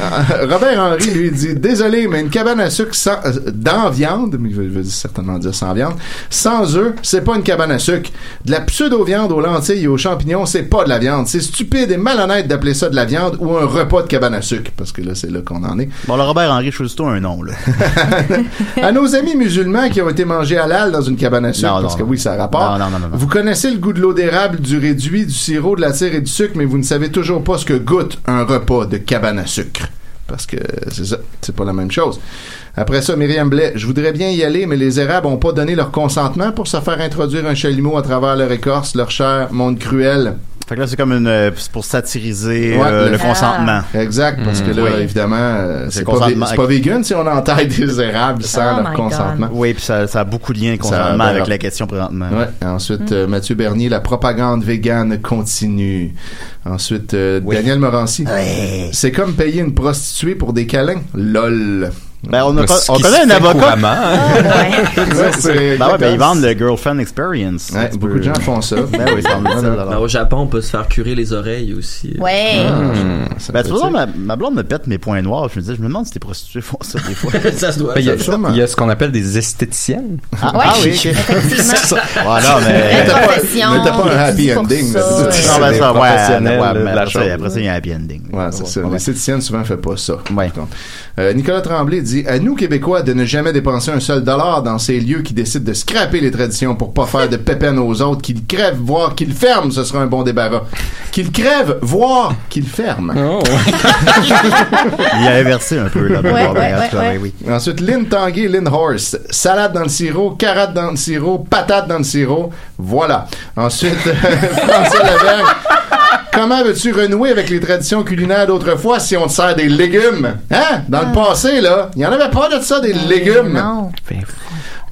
C: Ah, Robert Henry lui dit Désolé, mais une cabane à sucre sans, euh, dans viande, mais il veut, veut certainement dire sans viande, sans œufs, c'est pas une cabane à sucre. De la pseudo-viande aux lentilles et aux champignons, c'est pas de la viande. C'est stupide et malhonnête d'appeler ça de la viande ou un repas de cabane à sucre, parce que là, c'est là qu'on en est.
B: Bon, le Robert Henri, je suis juste un
C: <laughs>
B: nom, là.
C: À nos amis musulmans qui ont été mangés halal dans une cabane à sucre,
B: Non,
C: parce
B: non,
C: que oui, ça rapporte.
B: Non, non, non, non, non.
C: Vous connaissez le goût de l'eau d'érable, du réduit, du sirop, de la cire et du sucre, mais vous ne savez toujours pas ce que goûte un repas de cabane à sucre. Parce que c'est ça, c'est pas la même chose. Après ça, Myriam Blais, je voudrais bien y aller, mais les érables n'ont pas donné leur consentement pour se faire introduire un chalumeau à travers leur écorce, leur chair, monde cruel.
B: Fait que là, c'est comme une, euh, c'est pour satiriser
C: Ouais,
B: euh, le
C: ah.
B: consentement. Mm.
C: Exact, parce que là, évidemment, euh, c'est pas, vé-
B: consentement.
C: c'est pas vegan si on entaille des
B: Oh
C: érables sans leur consentement.
B: Oui, puis ça, ça a beaucoup de liens
C: Ça a-
B: consentement
C: ben,
B: avec
C: alors-
B: la question présentement.
C: Ouais. Ensuite, euh, Mathieu Bernier, la propagande végane continue. Ensuite, euh, Daniel Morancy. C'est comme payer une prostituée pour des câlins. LOL.
B: Ben, on, a pas- on connaît un avocat.
C: hein?
B: Ah,
C: <laughs>
B: Ouais, c'est- <laughs> Ben ouais, ben, ils vendent le girlfriend experience. Tu
C: beaucoup
B: peux-
C: de gens font ça.
B: <laughs> Ben oui,
F: <laughs>
B: ça en est ça,
F: Ben,
B: alors.
F: au Japon, on peut se faire curer les oreilles aussi.
E: Ouais.
C: Ah,
D: Ah.
B: Ben, tu
F: peut
B: vois,
F: dire.
B: ma, ma blonde me pète mes points noirs. Je me disais, je me demande si tes prostituées font ça des
C: <laughs>
B: fois.
F: Ça se doit.
D: Ben, il, y a,
B: Sûrement.
D: il y a ce qu'on appelle des esthéticiennes.
B: Ah, ah oui, ok. <laughs>
E: <laughs> Effectivement.
B: Voilà, mais.
E: Une T'as pas- profession, mais t'as pas un happy pour ending, ça, là.
B: Non, ben ça, ouais, ouais, mais après ça, après ça, il y a un happy ending.
C: Ouais, c'est ça. Les céticiennes, souvent, ne fait pas ça. Par contre. Euh, Nicolas Tremblay dit À nous, Québécois, de ne jamais dépenser un seul dollar dans ces lieux qui décident de scraper les traditions pour pas faire de pépène aux autres, qu'ils crèvent, voire qu'ils ferment, ce sera un bon débarras. Qu'ils crèvent, voire qu'ils ferment.
B: Il a inversé un peu, là. ben,
C: Ouais,
B: bon, ben,
C: ouais,
B: en tout cas,
C: ouais,
B: ben oui.
C: Ensuite, Lynn Tanguay, Lynn Horse. Salade dans le sirop, carotte dans le sirop, patate dans le sirop. Voilà. Ensuite, <laughs> François Lavergne. Comment veux-tu renouer avec les traditions culinaires d'autrefois si on te sert des légumes? Hein? Dans le passé, là, il n'y en avait pas de ça, des légumes.
E: Non.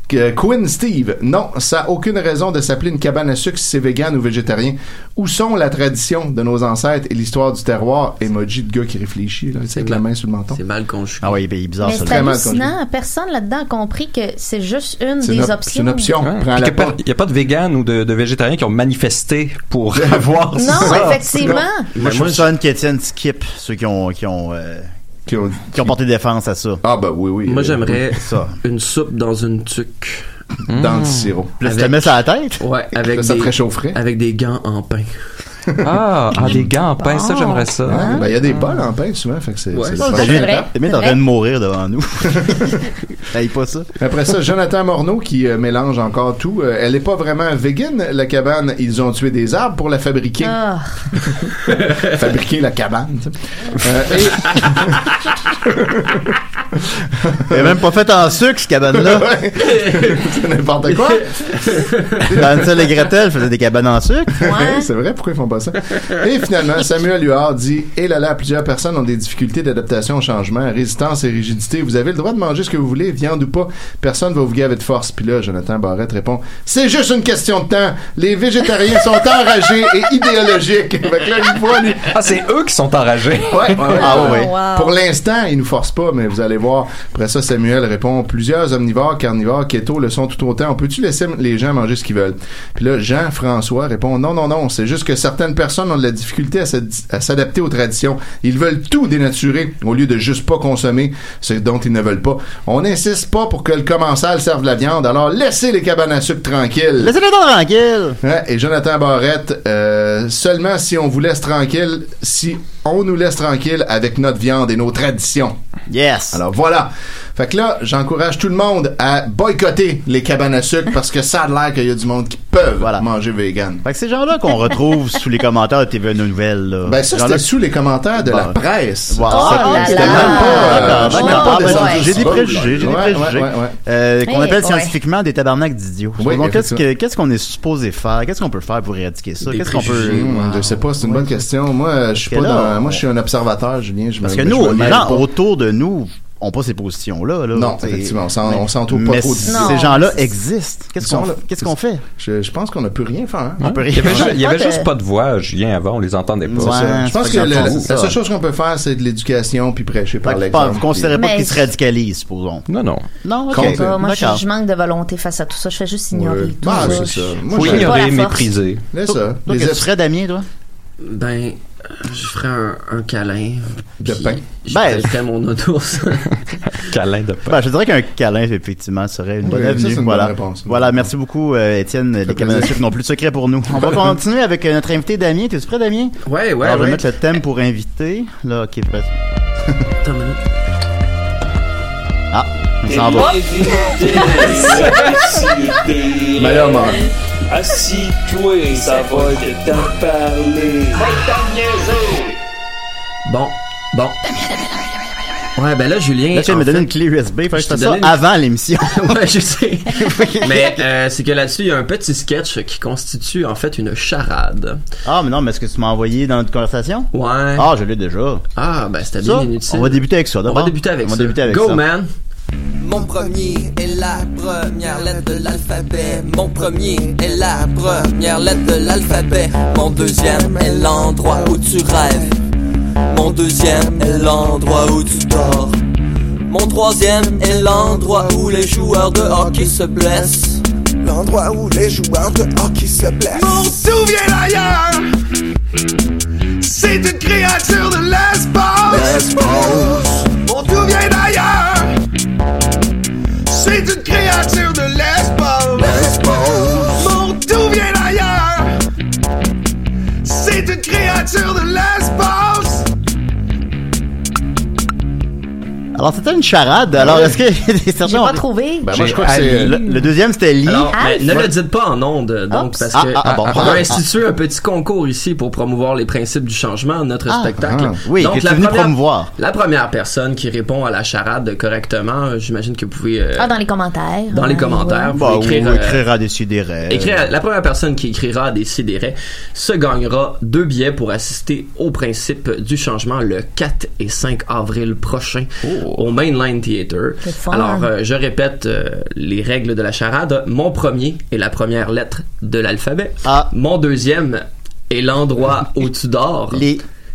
C: Que- Quinn Steve, non, ça n'a aucune raison de s'appeler une cabane à sucre si c'est vegan ou végétarien. Où sont la tradition de nos ancêtres et l'histoire du terroir? Emoji de gars qui réfléchit, là, avec la main sur le menton. C'est
F: mal conjugué.
C: Ah oui, il est bizarre,
E: Mais c'est hallucinant. Personne là-dedans a compris que c'est juste une des options.
D: Ouais. Puis que par- Il n'y a pas de véganes ou de, de végétariens qui ont manifesté pour avoir
E: Non,
D: ça.
E: effectivement.
B: Moi, je soupçonne qu'Étienne skip ceux qui ont, qui ont, euh,
C: qui ont,
B: porté défense à ça.
C: Ah, bah oui, oui.
F: Moi, j'aimerais
B: ça.
F: une soupe dans une
B: <laughs>
F: tuque.
C: Dans le sirop.
B: Hmm. Là, tu te mets ça à la tête?
F: Ouais, avec
C: Là, ça te hein?
F: des-
C: réchaufferait.
F: Avec des gants en pain.
C: <laughs>
D: Ah, ah, des gants en pain, ça, j'aimerais ça.
C: Ah, ben,
D: Ah.
C: Il y a des bols en pain souvent, fait que c'est.
D: Ouais,
C: c'est-
D: ça,
C: c'est
D: c'est
C: pas
D: vrai.
C: grave.
B: T'es bien en train de mourir devant
C: <laughs>
B: nous. T'ailles pas ça.
C: Après ça, Jonathan Morneau qui euh, mélange encore tout. Euh, elle est pas vraiment vegan, la cabane. Ils ont tué des arbres pour la fabriquer.
E: Ah.
C: <laughs> fabriquer la cabane. tu sais. Euh, et-
B: Il est même pas fait en sucre, ce cabane-là.
C: <laughs> Ouais. c'est
B: <laughs>
C: n'importe quoi.
B: Hansel et Gretel faisaient des cabanes en sucre.
C: c'est vrai, pourquoi ils font pas ça? Et finalement, Samuel Huard dit Et là là, plusieurs personnes ont des difficultés d'adaptation au changement, résistance et rigidité. Vous avez le droit de manger ce que vous voulez, viande ou pas. Personne va vous gaver de force. Puis là, Jonathan Barrette répond C'est juste une question de temps. Les végétariens sont enragés et idéologiques. Fait que là, il voit, lui-
D: Ah, c'est eux qui sont enragés.
C: Ouais, ouais, ouais.
D: Ah, ouais.
E: wow.
C: Pour l'instant, ils nous forcent pas, mais vous allez voir. Après ça, Samuel répond plusieurs omnivores, carnivores, keto le sont tout autant. On peut-tu laisser m- les gens manger ce qu'ils veulent Puis là, Jean-François répond non, non, non. C'est juste que certaines personnes ont de la difficulté à s'ad- à s'adapter aux traditions. Ils veulent tout dénaturer au lieu de juste pas consommer ce dont ils ne veulent pas. On n'insiste pas pour que le commensal serve la viande. Alors laissez les cabanes à sucre tranquilles.
B: Laissez-les donc tranquilles.
C: Ouais, et Jonathan Barrette, euh, seulement si on vous laisse tranquille, si on nous laisse tranquille avec notre viande et nos traditions.
B: Yes.
C: Alors voilà. Fait que là, j'encourage tout le monde à boycotter les cabanes à sucre parce que ça a l'air qu'il y a du monde qui peuvent manger vegan.
B: Fait que ces gens-là qu'on retrouve <laughs> sous les commentaires de TV Nouvelles, là.
C: Ben ça,
B: Ces gens-là-
C: c'était sous les commentaires de la
B: Bon.
C: presse.
B: Wow,
C: Ah,
B: ça,
C: c'était
B: c'était
C: même pas... euh,
B: Ah,
C: j'ai
B: ben,
C: même
B: ah,
C: pas
B: ben,
C: descendu
B: j'ai
C: ce
B: des
C: bol.
B: préjugés, j'ai des
C: Ouais,
B: préjugés.
C: ouais, ouais.
B: Euh, qu'on
C: Eh,
B: appelle
C: ouais.
B: scientifiquement des tabernacles d'idiots.
C: Oui,
B: Donc, qu'est-ce
C: effectivement.
B: que- qu'est-ce qu'on est supposé faire? Qu'est-ce qu'on peut faire pour éradiquer ça?
C: Des
B: Qu'est-ce qu'on peut.
C: préjugés, ouais, Je sais pas, c'est une bonne question. Moi, euh, je suis
B: Parce
C: pas
B: que là,
C: dans- Moi, je suis un observateur, Julien. Je me-
B: Parce que
C: je me
B: nous, les
C: mêle
B: gens
C: pas.
B: autour de nous ont pas ces positions-là. là.
C: Non,
B: T'sais,
C: effectivement, on s'en-
B: mais-
C: on s'entoure pas
B: mais
C: trop de
B: Ces
C: ça.
B: gens-là
C: Non.
B: existent. Qu'est-ce
C: Ils sont
B: qu'on
C: là.
B: qu'est-ce qu'on fait?
C: Je, je pense qu'on n'a plus rien faire. hein.
B: On peut
D: Il y avait,
B: rien
D: ju- il y avait
C: faire.
D: juste pas de voix, Julien, avant, on les entendait pas.
C: C'est ça. je pense que le- la seule chose qu'on peut faire, c'est de l'éducation puis prêcher par
B: Fait que
C: l'exemple.
B: pas- vous considérez pas Mais- qu'ils se
C: radicalisent, supposons.
D: Non, non.
E: Non,
C: Contre-
E: ok. Pas. Moi, je,
C: D'accord.
E: je manque de volonté face à tout ça. Je fais juste ignorer
C: Ouais.
E: tout
C: Bah,
E: ça.
C: c'est ça.
F: Faut
E: j'ai
F: ignorer,
E: pas la force.
F: mépriser.
C: Laisse ça.
B: Toi,
F: Les
B: qu'est-ce que
F: ép-
B: tu ferais, Damien, toi?
F: Ben, euh, je ferais un, un câlin.
B: De
F: puis
B: pain.
F: Je
B: Ben,
F: pèterais mon autour.
D: <laughs> câlin de pain.
B: Ben, je dirais qu'un câlin, effectivement, serait une bonne
C: Oui, ça,
B: avenue.
C: c'est une
B: voilà.
C: bonne réponse.
B: Voilà, merci beaucoup, euh, Étienne. Les cabanes à sucre n'ont plus de secret pour nous. <laughs> On va continuer avec euh, notre invité Damien. T'es-tu prêt, Damien?
F: Ouais, ouais,
B: Alors, je vais
F: ouais.
B: mettre le thème pour inviter. Là, ok, prêt.
F: Attends une minute.
B: <laughs> Ah, il s'en <laughs> va.
C: Malheureusement.
G: Assis-toi, ça va de t'en parler.
F: Bon, bon. Ouais, ben là, Julien.
B: Là, tu viens de
F: en
B: me donner
F: fait-
B: une clé USB. Fait que je
F: Je te
B: fais ça
F: donnais une-
B: avant l'émission.
F: <laughs> ouais, je sais. mais euh, c'est que là-dessus, il y a un petit sketch qui constitue en fait une charade.
B: Ah, mais non, mais est-ce que tu m'as envoyé dans notre conversation?
F: Ouais.
B: <laughs> Ah, je l'ai déjà.
F: Ah, ben c'était
B: Ça,
F: bien inutile.
B: On va débuter avec ça,
F: On va débuter avec
B: On va
F: ça.
B: débuter avec
F: Go,
B: ça.
F: man.
K: Mon premier est la première lettre de l'alphabet. Mon premier est la première lettre de l'alphabet. Mon deuxième est l'endroit où tu rêves. Mon deuxième est l'endroit où tu dors. Mon troisième est l'endroit où les joueurs de hockey se blessent. L'endroit où les joueurs de hockey se blessent.
G: Mon souviens d'ailleurs, c'est une créature de l'espace. Mon souviens d'ailleurs, c'est une créature de l'espace. Mon souviens d'ailleurs, c'est une créature de l'espace.
B: Alors, c'était une charade. Alors, est-ce que. <laughs> J'ai
E: pas trouvé. Ah,
F: Ben, moi, je crois que c'est- Ah,
B: Le, le deuxième, c'était Lee.
F: Alors, mais ne le dites pas en ondes, donc,
B: Oups.
F: parce
B: Ah,
F: que
B: ah, ah, bon,
F: on
B: pardon.
F: va instituer un petit concours ici pour promouvoir les principes du changement, notre
B: Ah,
F: spectacle.
B: ah, oui, que tu es venu promouvoir.
F: la première personne qui répond à la charade correctement, euh, j'imagine que vous pouvez euh,
E: Ah, dans les commentaires.
F: dans les
E: Ouais, ouais.
F: commentaires, vous pouvez écrire,
B: Bah, ou
F: euh,
B: écrire à Décideret.
F: Écrire à- la première personne qui écrira des sidérés se gagnera deux billets pour assister au principe du changement le 4 et 5 avril prochain
B: Oh.
F: au Mainline Theatre.
G: C'est fun.
F: Alors, euh, je répète euh, les règles de la charade. Mon premier est la première lettre de l'alphabet.
B: Ah.
F: Mon deuxième est l'endroit où tu dors.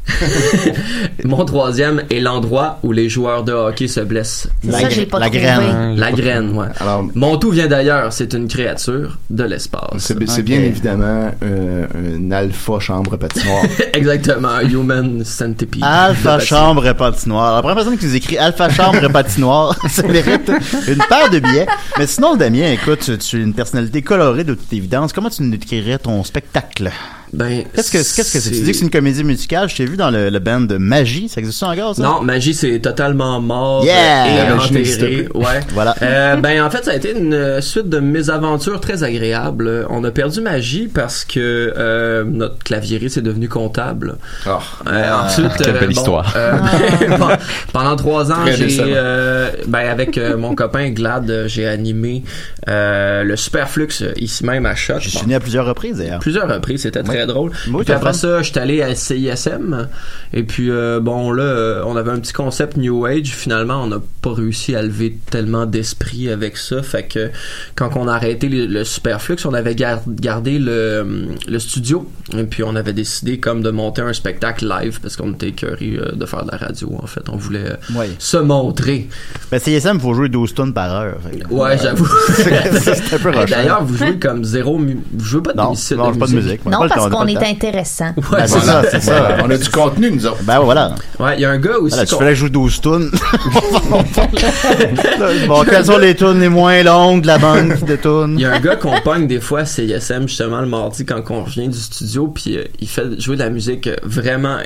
F: <laughs> Mon troisième est l'endroit où les joueurs de hockey se blessent.
E: C'est ça, j'ai pas La trouvé. graine.
F: La graine, ouais. Mon tout vient d'ailleurs, c'est une créature de l'espace.
C: C'est bi- c'est bien évidemment euh, un alpha chambre
B: <laughs>
C: patinoire.
F: <laughs> Exactement, Human Centipede.
B: Alpha
F: De patinoire.
B: Chambre et Patinoire. La première personne qui nous écrit Alpha
F: <laughs>
B: Chambre et Patinoire, <laughs> ça mérite une paire de billets. Mais sinon, Damien, écoute, tu, tu es une personnalité colorée de toute évidence. Comment tu nous décrirais ton spectacle?
F: Ben,
B: qu'est-ce que qu'est-ce que c'est? Tu
F: c'est-
B: dis que c'est une comédie musicale. Je t'ai vu dans le, le band de Magie. Ça existe ça encore, ça?
F: Non, magie, c'est totalement mort
B: Yeah!
F: euh, et
B: La magie
F: enterré.
B: n'existe plus.
F: Ouais.
B: <laughs> Voilà.
F: Euh, ben en fait, ça a été une euh, suite de mésaventures très agréables. Euh, On a perdu magie parce que euh, notre clavieriste est devenu comptable. Euh,
D: Ah.
F: ensuite,
D: Quelle
F: euh,
D: belle
F: bon,
D: histoire. <laughs>
F: euh, <laughs> bon, pendant trois ans,
D: Très
F: j'ai
D: décevant.
F: euh, ben avec euh, mon copain Glad, euh, j'ai animé euh, le Superflux euh, ici même à Choc. Je suis
B: venu à plusieurs reprises d'ailleurs.
F: Plusieurs reprises, c'était très drôle.
B: Oui,
F: puis
B: t'as
F: après
B: fait.
F: ça, j'étais allé à CISM. Et puis, euh, bon, là, euh, on avait un petit concept New Age. Finalement, on n'a pas réussi à lever tellement d'esprit avec ça. Fait que quand on a arrêté le, le Superflux, on avait gar- gardé le, le studio. Et puis, on avait décidé comme de monter un spectacle live parce qu'on était écœurés euh, de faire de la radio, en fait. On voulait euh,
B: Ouais.
F: se montrer.
B: Ben, CSM, faut jouer 12 tonnes par heure. Fait que-
F: Ouais, j'avoue.
B: <laughs> C'est- c'est un peu
F: Et
B: rushant.
F: D'ailleurs, vous jouez comme zéro. mu- Vous jouez pas de
B: Non,
F: musique.
B: non, pas de musique,
E: Non, parce qu'on est intéressant.
F: Ouais,
B: Ben, c'est
F: voilà.
B: ça, c'est ça.
F: On a du
B: contenu, nous autres. Ben, voilà.
F: Ouais, il y a un gars aussi.
B: Voilà, tu
F: qu'on-
B: fallait que je joue 12 tunes. <laughs> bon, quelles sont les tunes les moins longues de la bande de tunes?
F: Il y a un gars qu'on pogne des fois à CSM justement le mardi quand on revient du studio puis euh, il fait jouer de la musique euh, vraiment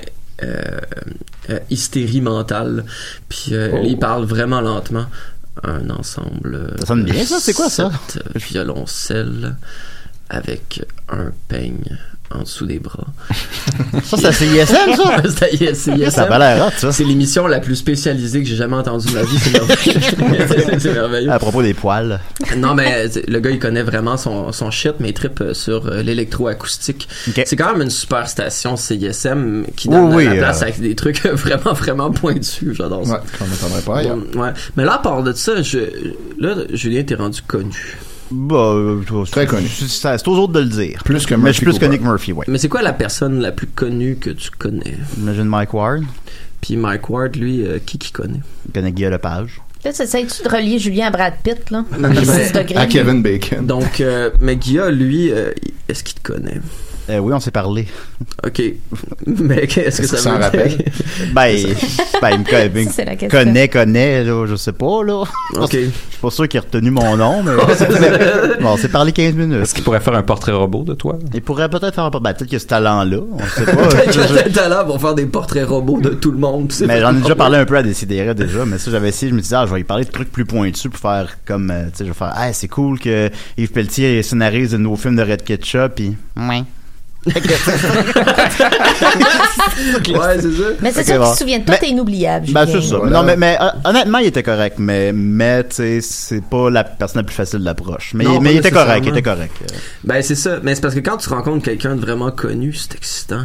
F: euh, euh, hystérie mentale puis euh,
B: Oh.
F: il parle vraiment lentement un ensemble euh,
B: Ça sonne bien, ça? C'est quoi, ça?
F: sept euh, violoncelles avec un peigne en dessous des bras.
B: <laughs> Ça, c'est à CISM, ça?
F: <laughs> C'est à CISM.
B: Ça a pas l'air hot, ça.
F: C'est l'émission la plus spécialisée que j'ai jamais entendue de ma vie. C'est merveilleux. C'est- c'est merveilleux.
B: À propos des poils.
F: Non, mais c'est- le gars, il connaît vraiment son, son shit, mais il trippe euh, sur euh, l'électroacoustique. C'est quand même une super station CISM qui donne
B: Oui, oui,
F: la place
B: euh,
F: à des trucs <laughs> vraiment, vraiment pointus. J'adore ça.
C: Ouais, qu'on m'attendrait pas ailleurs.
F: Bon, ouais. Mais là, à part de ça, je, là, Julien, t'es rendu connu.
B: Bah, euh, Très connu. C'est c'est- c'est aux autres de le dire. Plus que Mais je suis plus que Nick Murphy, ouais.
F: Mais c'est quoi la personne la plus connue que tu connais?
B: Imagine Mike Ward.
F: Puis Mike Ward, lui, euh, qui qui connaît?
B: Il connaît Guy Lepage.
E: Là, tu essayes-tu de relier Julien à Brad Pitt, là?
F: Non, mais-
E: 6 degrés.
C: Bacon.
F: Donc, euh, mais Guilla, lui, euh, est-ce qu'il te connaît?
B: Euh, oui, on s'est parlé.
F: OK. Mais est-ce que ça veut dire- <laughs>
B: Ben, il- ben, il me connaît,
E: Ça, c'est la question.
B: connaît, connaît, là, je sais pas, là.
F: OK.
B: Je suis pas sûr qu'il a retenu mon nom,
F: <laughs>
B: mais bon, on s'est parlé 15 minutes.
D: Est-ce qu'il pourrait faire un portrait robot de toi?
B: Il pourrait peut-être faire un peu. Ben, peut-être qu'il a ce talent-là. On sait pas.
F: Peut-être
B: Je-
F: que
B: je-
F: t'as le talent pour faire des portraits robots de tout le monde. <laughs> pis c'est
B: mais j'en ai déjà
F: vraiment-
B: parlé un peu à Décideret déjà, mais ça, j'avais essayé, je me disais, ah, je vais y parler de trucs plus pointus pour faire comme, euh, tu sais, je vais faire, ah, c'est cool que Yves Pelletier scénarise de nouveaux films de Red Ketchup, puis. Ouais.
C: ouais, c'est ça.
E: Mais c'est
B: Ok,
E: ça
B: bon.
E: qui se souvient de toi,
B: Mais-
E: t'es inoubliable.
B: Ben,
E: Julien.
B: c'est ça. Non, mais, mais, euh, honnêtement, il était correct. Mais, mais tu sais, c'est pas la personne la plus facile d'approche. Mais,
F: Non,
B: mais
F: pas
B: il était correct, il
F: nécessairement.
B: était correct.
F: Ben, c'est ça. Mais c'est parce que quand tu rencontres quelqu'un de vraiment connu, c'est excitant.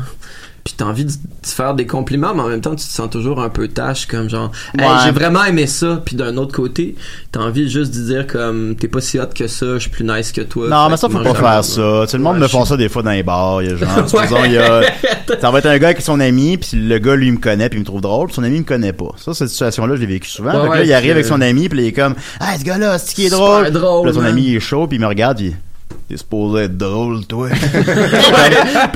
F: Puis t'as envie de te faire des compliments, mais en même temps, tu te sens toujours un peu tâche, comme genre, Hey,
B: Ouais.
F: j'ai vraiment aimé ça. Puis d'un autre côté, t'as envie juste de dire, comme, t'es pas si hot que ça, je suis plus nice que toi.
B: Non,
F: Fait
B: mais ça,
F: que
B: faut
F: mange
B: pas
F: la
B: faire ça. Tout le monde me font ça des fois dans les bars. Il
F: <laughs>
B: y a genre, supposons, il y a- ça va être un gars avec son ami, puis le gars, lui, me connaît, puis il me trouve drôle, puis son ami me connaît pas. Ça, cette situation-là, je l'ai vécu souvent.
F: Ouais,
B: Fait que là,
F: ouais,
B: il arrive
F: puis,
B: avec son
F: euh,
B: ami, puis il est comme, ah, ce gars-là, c'est qui est
F: Super
B: drôle.
F: drôle,
B: Puis là, son
F: man.
B: ami, il est chaud, puis il me regarde, puis t'es supposé être drôle, toi. <laughs>
F: Puis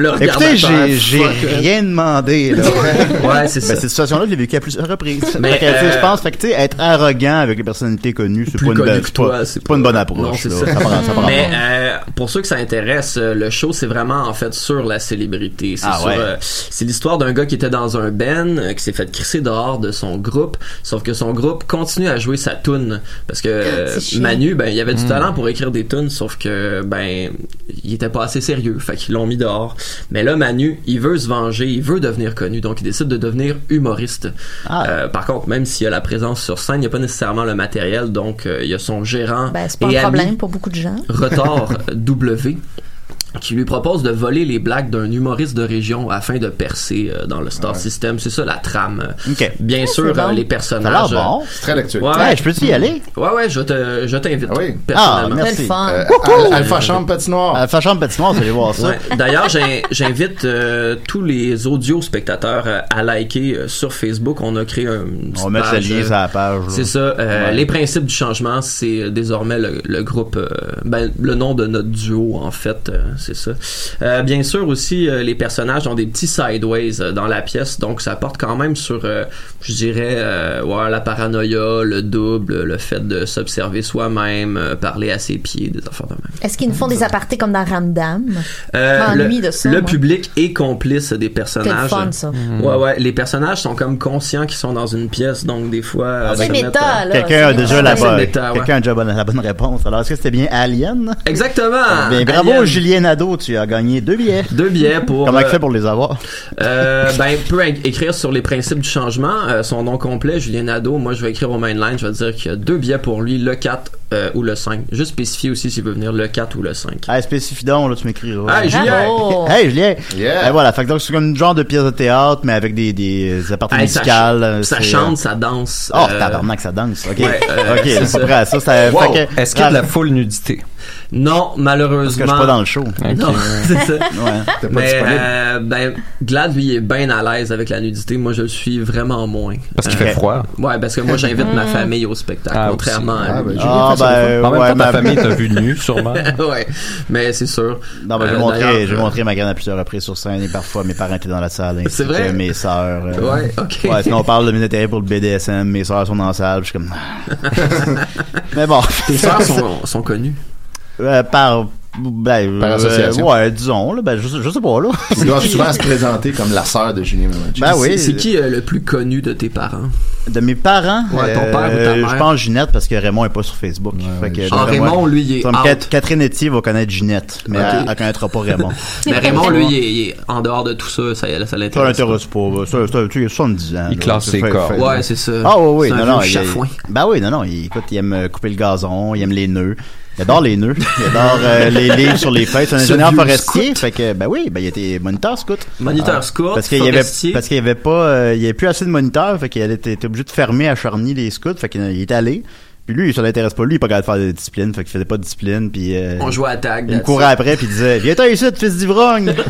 F: le regard
B: Écoutez,
F: à terre,
B: j'ai, j'ai
F: fuck, euh.
B: rien demandé, là.
F: <laughs> Ouais, c'est ça.
B: Ben, cette situation-là, je l'ai vécu à plusieurs reprises.
F: Mais,
B: Fait que, tu sais,
F: euh,
B: je pense, fait que, tu sais, être arrogant avec les personnalités connues, c'est
F: Plus
B: pas une
F: connu
B: bonne,
F: que
B: c'est pas-
F: toi,
B: c'est pas une bonne approche,
F: Non, c'est
B: là.
F: ça.
B: Ça prend- ça prend-
F: Mais euh, pour ceux que ça intéresse, euh, le show c'est vraiment en fait sur la célébrité. C'est
B: Ah
F: sur,
B: ouais.
F: euh, c'est l'histoire d'un gars qui était dans un band euh, qui s'est fait crisser dehors de son groupe, sauf que son groupe continue à jouer sa tune parce que
E: Ah,
F: euh,
D: C'est chiant.
F: Manu ben il avait du
B: Hmm.
D: Mm.
F: talent pour écrire des tunes sauf que ben il était pas assez sérieux, fait qu'ils l'ont mis dehors. Mais là Manu, il veut se venger, il veut devenir connu, donc il décide de devenir humoriste.
E: Ah.
F: Euh, par contre, même s'il y a la présence sur scène, il n'y a pas nécessairement le matériel, donc euh, il y a son gérant
E: Ben, c'est pas
F: et
E: un
F: ami,
E: problème pour beaucoup de gens.
F: Retard W qui lui propose de voler les blagues d'un humoriste de région afin de percer euh, dans le star system. C'est ça la trame. Bien
B: Ah,
F: sûr,
B: c'est
F: euh,
B: bon.
F: les personnages.
B: Ça a l'air bon.
F: euh,
B: C'est très d'actualité. Hey, je peux-tu y aller?
F: Ouais, ouais, je te- je t'invite.
B: Ah,
F: personnellement. Euh,
B: merci. Euh,
F: Wouhou!
B: Alpha Chambre Patinoire. Alpha Chambre Patinoire, vous allez voir ça.
F: Ouais. D'ailleurs, j'in- j'invite euh, tous les audio-spectateurs euh, à liker euh, sur Facebook. On a créé un. une petite
B: On met le
F: page,
B: lien
F: euh,
B: sur la page. là.
F: C'est ça. euh,
B: Ouais.
F: Les principes du changement, c'est euh, désormais le, le groupe, euh, ben, le nom de notre duo en fait, euh, c'est ça. Euh, bien sûr aussi, euh, les personnages ont des petits sideways euh, dans la pièce, donc ça porte quand même sur, euh, je dirais, euh, ouais, la paranoïa, le double, le fait de s'observer soi-même, euh, parler à ses pieds, des affaires de même.
E: Est-ce qu'ils nous font des apartés comme dans Ramdam?
F: Euh,
E: Je m'ennuie
F: le
E: de ça,
F: le
E: moi.
F: public est complice des personnages.
E: C'est le fun, ça.
B: Mm.
E: Mhm.
F: Ouais, ouais. Les personnages sont comme conscients qu'ils sont dans une pièce, donc des fois. euh,
E: Ah, c'est
F: se
E: méta,
F: mettent, euh,
E: là,
B: Quelqu'un a
F: c'est
B: déjà
F: méta.
B: la
F: C'est
B: bonne,
F: méta, ouais.
B: quelqu'un a déjà bonne- la bonne réponse. Alors, est-ce que c'était bien Alien?
F: Exactement.
B: Bien, Ben, bravo
F: Alien.
B: Julien Nadeau, tu as gagné deux billets.
F: Deux billets pour,
B: Comment tu
F: euh,
B: fais pour les avoir?
F: Euh, ben, peut é- écrire sur les principes du changement. euh, son nom complet, Julien Nadeau. Moi, je vais écrire au mainline. Je vais dire qu'il y a deux billets pour lui, le 4 euh, ou le 5. Juste spécifier aussi s'il veut venir le 4 ou le 5.
B: Ah, spécifie donc, là, tu m'écriras.
F: Hey, Julien! Bravo!
B: hey, Julien!
F: Yeah.
B: Ben voilà, fait que donc, c'est comme une genre de pièce de théâtre, mais avec des, euh, des appartements
F: Hey, ça
B: musicaux.
F: ch- ça chante, ça danse.
B: euh, Oh,
F: euh,
B: tabarnak, ça danse. Ok,
F: Ouais, euh,
B: ok,
F: c'est
B: c'est
F: ça.
B: pas prêt à ça. ça
F: Wow.
B: fait que-
F: Est-ce qu'il y a de la
D: Full nudité.
F: Non, malheureusement.
B: Parce que je suis pas dans le show.
F: Non,
B: Ok.
F: <laughs> c'est ça.
B: Ouais. T'es pas
F: Mais,
B: disponible.
F: euh, ben, Glad, lui, il est bien à l'aise avec la nudité. Moi, je le suis vraiment moins.
D: Parce qu'il
F: Euh,
D: fait froid.
F: Ouais, parce que moi, j'invite ma famille au spectacle,
D: Ah,
F: contrairement
D: aussi.
F: à
D: Ah,
F: lui.
D: ben, Julien Ah, fait ça des ben, fois. En même ouais, temps, ta ma- famille
B: <laughs>
D: t'a vu nu, sûrement.
F: <laughs> ouais, mais c'est sûr.
B: Non, ben,
F: Euh,
B: j'ai montré,
F: d'ailleurs,
B: j'ai
F: euh,
B: montré ma graine à plusieurs reprises sur scène et parfois mes parents étaient dans la salle. ainsi
F: C'est
B: que
F: vrai?
B: Mes sœurs. euh,
F: Ouais, ok.
B: Ouais, sinon on parle de mes intérêts pour le BDSM, mes sœurs sont dans la salle, puis je suis comme. Mais bon. <laughs>
F: Tes sœurs sont, sont connues.
B: Euh, par. Ben,
C: Par
B: euh,
C: association.
B: ouais, disons, là, ben, je, sais- je sais pas, là. <laughs>
C: Ils doivent souvent se présenter comme la sœur de Julien Mamanchi.
B: Ben oui.
F: C'est qui euh, le plus connu de tes parents?
B: De mes parents.
F: Ouais, ton père ou
B: Euh,
F: ta mère?
B: Je pense Ginette parce que Raymond est pas sur Facebook. Fait que,
F: Ah,
B: d'après moi,
F: Raymond, lui, il est
B: comme
F: out.
B: Cat- Catherine Etier va connaître Ginette, mais
F: Ok.
B: elle, elle connaîtra pas
F: <laughs>
B: Raymond.
F: Mais Raymond, lui, il est, il est en dehors de tout ça, ça, ça
B: Ça
F: l'intéresse.
B: l'intéresse pas. bah, Ça, ça, tu sais, il a 70 ans.
D: Il
B: là,
D: classe
B: c'est
D: ses
B: fait-
D: corps.
B: fait-
F: Ouais, c'est ça.
B: Ah, oui, oui.
F: C'est un
B: Non,
F: vieux
B: non, il-
F: chafouin.
B: Ben oui, non, non. Il, écoute, il aime euh, couper le gazon, il aime les nœuds. Il adore les nœuds. Il adore euh, les livres sur les feuilles. C'est un
F: Ce
B: ingénieur
F: vieux
B: forestier. Fait que, ben oui, ben il était moniteur scout.
F: Moniteur scout,
B: Ah. Parce qu'il y avait,
F: forestier.
B: parce qu'il y avait pas, euh, il y avait plus assez de moniteurs. Fait qu'il allait- était était obligé de fermer à Charny les scouts. Fait qu'il il est allé. Puis lui, ça l'intéresse pas. Lui, il est pas capable de faire de discipline. Fait qu'il faisait pas de discipline. Puis, euh,
F: On jouait à tag.
B: il me
F: that's
B: courait
F: it.
B: après puis il disait Viens-toi ici, fils d'ivrogne <laughs> Puis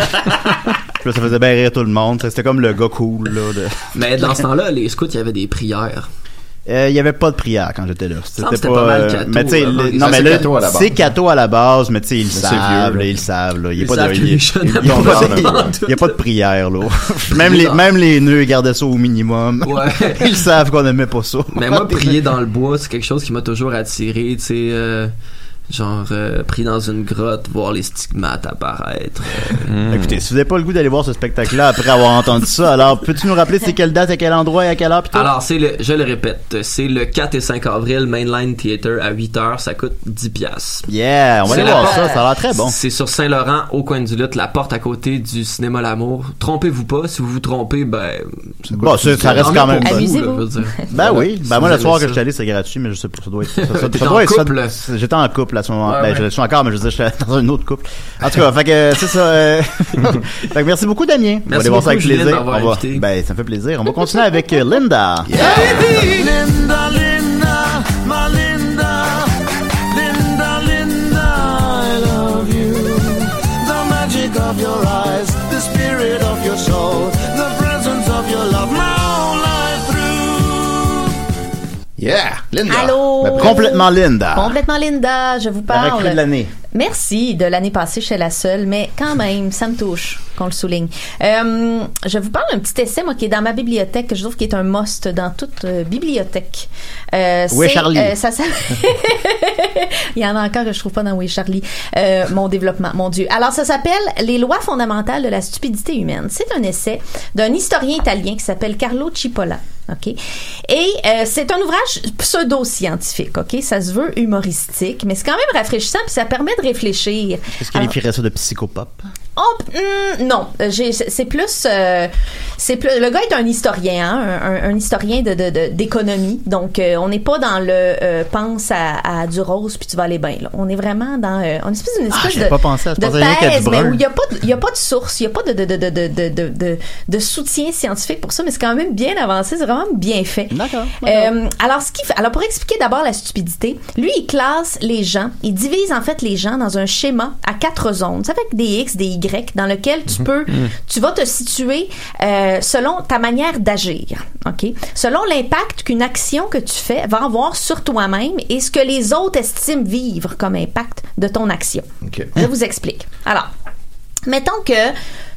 B: là, ça faisait bien rire tout le monde. Ça, C'était comme le gars cool. Là, de-
F: <laughs> Mais dans ce temps-là, les scouts, il y avait des prières.
B: Euh, Il n'y avait pas de prière quand j'étais là.
F: semble que c'était pas mal catho,
B: mais tu sais,
F: euh,
B: le-
F: ça,
B: non, mais
F: c'est
B: là,
F: catho à la base. hein.
B: c'est cato à la base, mais tu sais, ils le
F: c'est
B: savent,
F: vieux,
B: là,
F: là.
B: ils le savent, là. Il n'y a
F: Ils
B: pas
F: savent
B: de,
F: que
B: il y a-
F: les jeunes
B: ils ont
F: n'ont pas
B: pas-
F: de
B: il-
F: <laughs>
B: il y a pas de prière, là. Même les, même les nœuds gardaient ça au minimum.
F: Ouais.
B: <laughs> Ils savent qu'on aimait pas ça.
F: <laughs> Mais moi, prier dans le bois, c'est quelque chose qui m'a toujours attiré, tu sais. euh, Genre, euh, pris dans une grotte, voir les stigmates apparaître. Euh,
B: Écoutez, si vous n'avez pas le goût d'aller voir ce spectacle-là après avoir entendu ça, alors peux-tu nous rappeler c'est quelle date, à quel endroit et à quelle heure? pis tout?
F: Alors, c'est le, je le répète, c'est le 4 et 5 avril, Mainline Theater à 8h, ça coûte 10 piastres.
B: Yeah, on va
F: C'est
B: aller
F: la
B: voir
F: porte-
B: ça, ça a l'air très bon.
F: C'est sur Saint-Laurent, au coin du Lutte, la porte à côté du cinéma L'Amour. Trompez-vous pas, si vous vous trompez, ben...
B: Bon, ça, ça reste quand même. bon. Ben oui. Ben moi, le soir que je suis
F: t'allais
B: allé, c'est gratuit, mais je sais pas, ça doit
F: <laughs>
B: être. ça- ça- ça
F: T'étais
B: doit
F: en
B: être ça-
F: couple?
B: c'est- J'étais en couple à ce moment.
F: Ouais,
B: ben,
F: ouais.
B: je le suis encore, mais je veux dire, j'étais dans un autre couple. En tout cas, fait que euh, c'est ça.
F: <laughs>
B: euh, <laughs> fait que merci beaucoup, Damien. on va
F: Merci
B: aller voir ça avec
F: beaucoup, Julien,
B: plaisir.
F: de m'avoir
B: On va- Ben, ça me fait plaisir. On va continuer avec euh,
F: <laughs>
B: Linda.
G: Linda, Linda, my Linda, Linda, Linda, I love you. The magic of your eyes, the spirit of your soul, the presence of your love, my whole life through.
C: Yeah! Linda!
E: Allô?
B: Ben, complètement Linda.
E: Complètement Linda, je vous
B: La recrue
E: parle.
B: de l'année.
E: Merci de l'année passée, j'étais la seule, mais quand même, ça me touche qu'on le souligne. Euh, je vous parle d'un petit essai, moi, qui est dans ma bibliothèque, que je trouve qui est un must dans toute euh, bibliothèque. Euh,
B: Où est
E: c'est,
B: Charlie?
E: euh, ça s'appelle- <laughs> Il y en a encore que je trouve pas dans Oui Charlie. Euh, mon développement, mon Dieu. Alors, ça s'appelle Les lois fondamentales de la stupidité humaine. C'est un essai d'un historien italien qui s'appelle Carlo Cipolla. OK? Et euh, c'est un ouvrage pseudo-scientifique, OK? Ça se veut humoristique, mais c'est quand même rafraîchissant puis ça permet de réfléchir.
B: Est-ce qu'il qualifierait ça de psychopop?
E: On p- hmm, non, J'ai- c'est plus, euh, c'est plus. Le gars est un historien, hein, un, un- un historien de, de- de- d'économie. Donc, euh, on n'est pas dans le euh, pense à, à du rose puis tu vas aller bien. là. On est vraiment dans euh, on espèce d'une
B: Ah,
E: espèce
B: j'avais
E: de,
B: pas pensé à- je
E: de
B: pensais rien qu'à du
E: thèse, mais
B: brun.
E: où il n'y a pas, de- il y a pas de source, il n'y a pas de de, de, de, de, de, de- de- de soutien scientifique pour ça, mais c'est quand même bien avancé, c'est vraiment bien fait.
B: D'accord.
E: Euh, alors, ce qui fait, alors pour expliquer d'abord la stupidité, lui il classe les gens, il divise en fait les gens dans un schéma à quatre zones, Ça fait que des X, des Y, dans lequel tu peux,
L: Mhm.
E: tu vas te situer euh, selon ta manière d'agir, ok, selon l'impact qu'une action que tu fais va avoir sur toi-même et ce que les autres estiment vivre comme impact de ton action.
C: OK.
E: Je vous explique. Alors, mettons que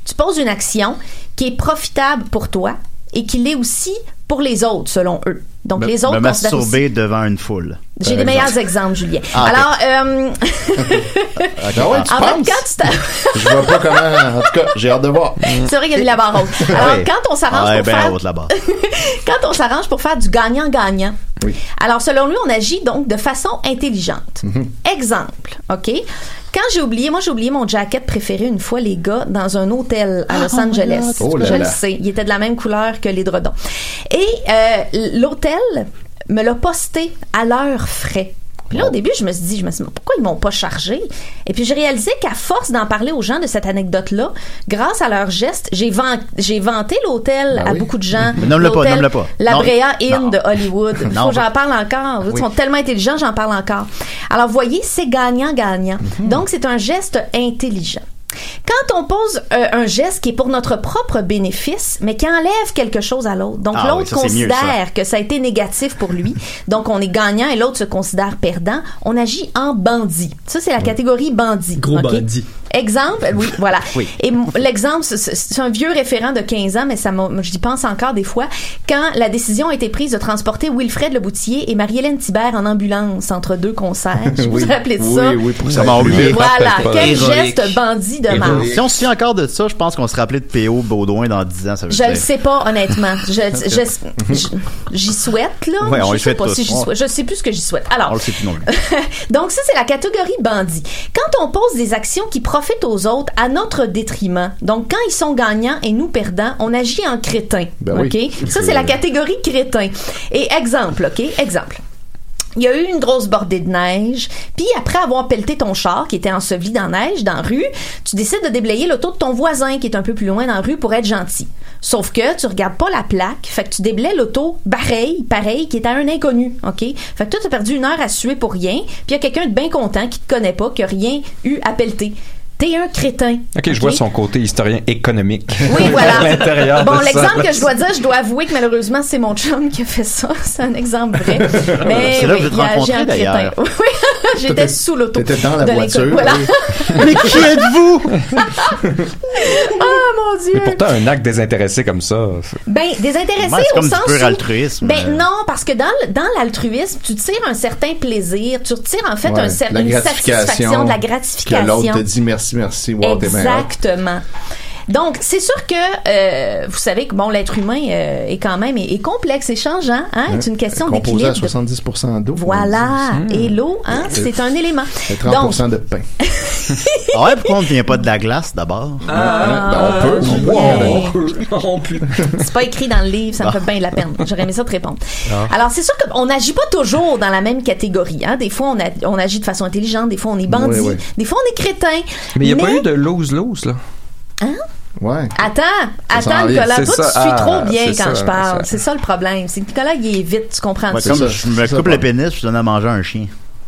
E: tu poses une action qui est profitable pour toi et qui l'est aussi pour les autres, selon eux. Donc,
B: Me-
E: les autres
B: Me
E: considèrent aussi-
B: masturber devant une foule.
E: J'ai des meilleurs exemples, Julien.
B: Ah,
E: Alors,
B: <laughs>
E: euh,
C: Ah, ben ouais, tu
E: en fait,
C: penses?
E: quand tu t'a-
C: Je vois pas comment. En tout cas, j'ai hâte de voir.
E: <laughs>
C: Ah
E: C'est vrai qu'il y a eu la barre
B: Ah,
E: haute. Alors,
C: Ouais.
E: quand on s'arrange
C: Ah,
E: pour
C: ben,
E: faire...
C: haute, la barre.
E: quand on s'arrange pour faire du gagnant-gagnant,
C: Oui.
E: alors selon lui, on agit donc de façon intelligente. Exemple, OK? Quand j'ai oublié, moi j'ai oublié mon jacket préféré une fois, les gars, dans un hôtel à Los
L: Oh my
E: Angeles.
L: God. Oh là
E: je le
L: là.
E: sais. Il était de la même couleur que l'édredon. Et euh, l'hôtel me l'a posté à l'heure frais. Puis là, au début, je me suis dit, je me suis dit, pourquoi ils m'ont pas chargé? Et puis, j'ai réalisé qu'à force d'en parler aux gens de cette anecdote-là, grâce à leurs gestes, j'ai, van- j'ai vanté l'hôtel
B: Ben
E: à
B: oui.
E: beaucoup de gens.
B: Mais nomme-le pas,
E: L'hôtel
B: nomme-le pas.
E: La
B: Non.
E: Brea Inn
B: Non.
E: de Hollywood. Il
B: <laughs> Non,
E: faut que
B: va-
E: j'en parle encore.
B: Oui.
E: Ils sont tellement intelligents, j'en parle encore. Alors, voyez, c'est gagnant-gagnant.
L: Mhm.
E: Donc, c'est un geste intelligent. Quand on pose euh, un geste qui est pour notre propre bénéfice, mais qui enlève quelque chose à l'autre, donc
L: Ah oui,
E: l'autre
L: ça, c'est mieux, ça.
E: considère que ça a été négatif
L: <laughs>
E: pour lui, donc on est gagnant et l'autre se considère perdant, on agit en bandit. Ça, c'est la catégorie bandit.
F: Gros
E: ok?
F: bandit.
E: Exemple, oui,
L: <laughs>
E: voilà.
F: Oui.
E: Et m- l'exemple, c'est- c'est c'est un vieux référent de 15 ans, mais ça m'a- moi, j'y pense encore des fois, quand la décision a été prise de transporter Wilfred Leboutier et Marie-Hélène Thibert en ambulance entre deux concerts.
B: <laughs>
E: Je
B: Oui.
E: vous rappelais de
B: Oui,
E: ça.
B: oui, pour Ça m'a ça. oublié.
E: Voilà,
B: Pas
E: quel
B: héroïque.
E: geste bandit de marque.
B: Si on se souvient encore de ça, je pense qu'on se rappelait de P.O. Baudouin dans 10 ans. Ça veut
E: Je le
B: dire.
E: sais pas, honnêtement. Je,
B: <laughs>
E: je- je- j'y souhaite, là.
B: Ouais, on
E: je
B: le
E: sais
B: souhaite
E: pas
B: tous.
E: si j'y
B: On-
E: souhaite. Je sais plus ce que j'y souhaite. Alors,
B: On le sait plus non <laughs> plus.
E: donc ça, c'est la catégorie bandit. Quand on pose des actions qui profitent aux autres à notre détriment, donc quand ils sont gagnants et nous perdants, on agit en crétin.
L: Ben
E: OK?
L: oui.
E: Ça, c'est la catégorie crétin. Et exemple, OK? Exemple. Il y a eu une grosse bordée de neige, puis après avoir pelleté ton char qui était enseveli dans la neige, dans la rue, tu décides de déblayer l'auto de ton voisin qui est un peu plus loin dans la rue pour être gentil. Sauf que tu regardes pas la plaque, fait que tu déblais l'auto pareil, pareil, qui est à un inconnu, OK? Fait que toi, t'as perdu une heure à suer pour rien, puis il y a quelqu'un de bien content qui te connaît pas, qui a rien eu à pelleter. T'es un crétin.
I: Ok, je vois son côté historien économique.
E: Oui,
D: <laughs>
E: voilà.
I: à l'intérieur
E: bon,
I: de
E: l'exemple
I: ça.
E: que je dois dire, je dois avouer que malheureusement, c'est mon chum qui a fait ça. <laughs> C'est un exemple vrai. Mais
B: <laughs> C'est là que je vais
E: oui,
B: te
E: il a agi
B: rencontrer,
E: en crétin.
B: d'ailleurs.
E: <laughs> Oui. J'étais sous l'auto.
C: T'étais dans la
E: de
C: voiture,
E: l'école. Voilà. <laughs>
C: oui. Mais qui êtes-vous?
E: Ah, mon Dieu!
I: Mais pourtant, un acte désintéressé comme ça.
E: Ben, désintéressé
I: Ouais, c'est
E: au
I: comme du
E: sens
I: pur
E: où-
I: altruisme.
B: euh.
E: Ben non, parce que dans, l- dans l'altruisme, tu tires un certain plaisir, tu retires en fait
C: Ouais,
E: un cer-
C: la
E: une
C: gratification
E: satisfaction, de la
C: Que l'autre
E: gratification.
C: te dit merci, merci, wow, t'es bien hot.
E: Exactement. Donc, c'est sûr que euh, vous savez que bon, l'être humain euh, est quand même est, est complexe et changeant. Hein,
C: Hein?
E: est une question
C: Composé
E: d'équilibre.
C: à 70 d'eau.
E: Voilà. Et l'eau, hein,
C: Et-
E: c'est un élément.
C: Et
E: Donc,
C: 30 de
E: <laughs>
C: pain.
B: Ah ouais, pourquoi on ne vient pas de la glace d'abord?
E: Ah,
B: Ben, on peut.
E: oui.
B: Wow.
E: c'est pas écrit dans le livre, ça me fait bien de la peine. J'aurais aimé ça te répondre. Alors, c'est sûr qu'on n'agit pas toujours dans la même catégorie. Hein. Des fois, on, a- on agit de façon intelligente, des fois, on est bandit,
I: Oui, oui.
E: des fois, on est crétin.
I: Mais il n'y a pas eu de lose-lose, là.
E: Hein?
C: Ouais.
E: Attends,
I: Ça s'en
E: attends,
I: vient.
E: Nicolas,
I: C'est
E: toi, tu suis
I: ça. Ah,
E: trop bien
I: c'est
E: quand
I: ça,
E: je parle.
I: c'est
E: C'est ça le problème. C'est que Nicolas, il est vite, tu comprends
B: Ouais,
E: ça?
B: comme je me coupe le pénis, je donne à manger à un chien.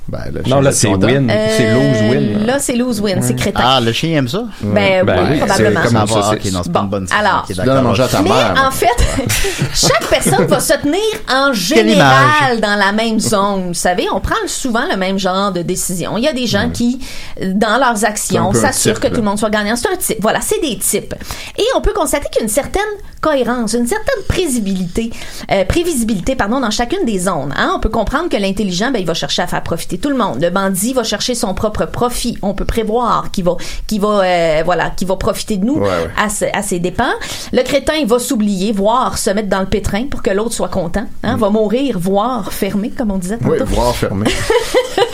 B: Ben,
I: chien là, est c'est content. win.
E: Euh,
B: C'est lose-win.
E: Là, c'est lose win, c'est crétin.
B: Ah, le chien aime ça?
E: Ben Ben oui, oui, probablement. c'est comme
B: Ah,
E: ça,
B: ok,
E: c'est-
B: non, c'est pas une bonne
E: Alors,
B: Ok, d'accord.
E: mais en fait, <laughs> chaque personne va se tenir en
B: Quelle
E: général
B: image.
E: dans la même zone. Vous savez, on prend souvent le même genre de décision. Il y a des gens qui, dans leurs
B: C'est un
E: actions,
B: peu un
E: s'assurent
B: type,
E: que
B: là.
E: tout le monde soit gagnant. C'est un type. Voilà, c'est des types. Et on peut constater qu'il y a une certaine cohérence, une certaine prévisibilité, euh, prévisibilité, pardon, dans chacune des zones. hein. On peut comprendre que l'intelligent, ben, il va chercher à faire profiter tout le monde. Le bandit va chercher son propre profit. On peut prévoir qu'il va, qu'il va, euh, voilà, qu'il va profiter de nous
M: Ouais,
C: Ah
M: ouais.
E: à, se- à ses dépens. Le crétin il va s'oublier, voire se mettre dans le pétrin pour que l'autre soit content. Hein, Va mourir, voire fermé, comme on disait tantôt.
C: Mm. Oui, voir
E: <laughs>
C: fermé.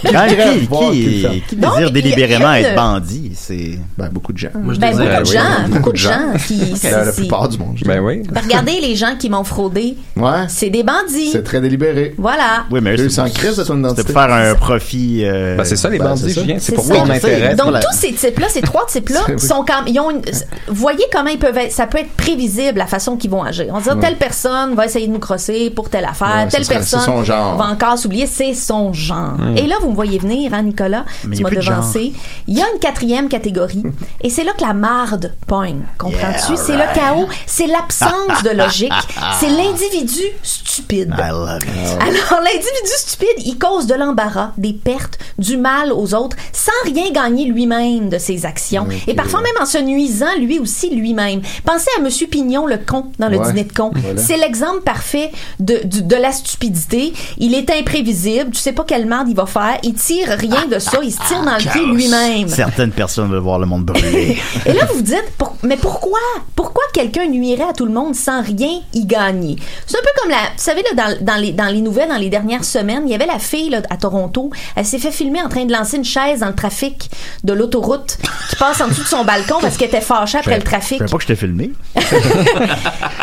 B: Quand-
C: Grave,
B: Ah, qui,
C: voir
B: qui-
C: tout le temps.
B: qui
E: Donc, il y
B: désire
E: a-
B: délibérément
E: il y a
B: être
E: de-
B: bandit? C'est...
C: Ben, beaucoup de gens.
E: Ben, beaucoup de gens, beaucoup de gens
C: <laughs>
E: qui-
C: La, Ben, la
E: si-
C: plupart du monde. Ben oui.
E: Ben, Regardez les gens qui m'ont fraudé.
C: Ouais.
E: C'est des bandits.
C: C'est très délibéré.
E: Voilà.
B: Oui, mais
C: Eux, sans crise de ton identité.
B: C'est pour faire un profit. euh,
C: Ben, c'est ça, les bandits,
B: ça.
C: Julien, c'est pour
B: ça.
C: ton intérêt.
E: Donc
B: Voilà.
E: tous ces types-là, ces trois
C: <laughs>
E: types-là,
B: C'est vrai.
E: sont quand ils ont une- voyez comment ils peuvent être- ça peut être prévisible la façon qu'ils vont agir. On dit
C: Ouais.
E: telle personne va essayer de nous crosser pour telle affaire,
C: Ouais, ce
E: telle
C: serait-
E: personne
C: c'est son genre.
E: va encore s'oublier, c'est son genre.
C: Mm.
E: Et là vous me voyez venir, hein, Nicolas,
C: Mais y
E: tu
C: a
E: m'as
C: plus de genre.
E: devancé. Il y a une quatrième
C: <laughs>
E: catégorie et c'est là que la marde pogne. Comprends-tu
B: Yeah,
E: C'est le
B: right.
E: chaos, c'est l'absence de
B: <laughs>
C: <laughs>
E: logique, c'est l'individu stupide.
B: I love
M: Euh,
B: it.
E: Alors, l'individu stupide, il cause de l'embarras, des pertes, du mal aux autres, sans rien gagner lui-même de ses actions. Et parfois même en se nuisant lui aussi lui-même. Pensez à Monsieur Pignon, le con, dans le
M: Ouais,
E: dîner de con.
M: voilà.
E: C'est l'exemple parfait de, du- de la stupidité. Il est imprévisible, tu sais pas quelle merde il va faire, il tire
M: Ah,
E: rien de ça, il se tire dans le pied lui-même.
B: Certaines personnes veulent voir le monde
E: <laughs>
B: brûler.
E: Et là, vous vous dites, pour- mais pourquoi? Pourquoi quelqu'un nuirait à tout le monde sans rien y gagner? C'est un peu comme la, vous savez, là, dans, dans les, dans les nouvelles, dans les dernières semaines, il y avait la fille là, à Toronto, elle s'est fait filmer en train de lancer une chaise dans le trafic de l'autoroute qui passe en dessous de son balcon parce qu'elle était fâchée après le trafic.
B: Je savais pas que je t'ai filmé.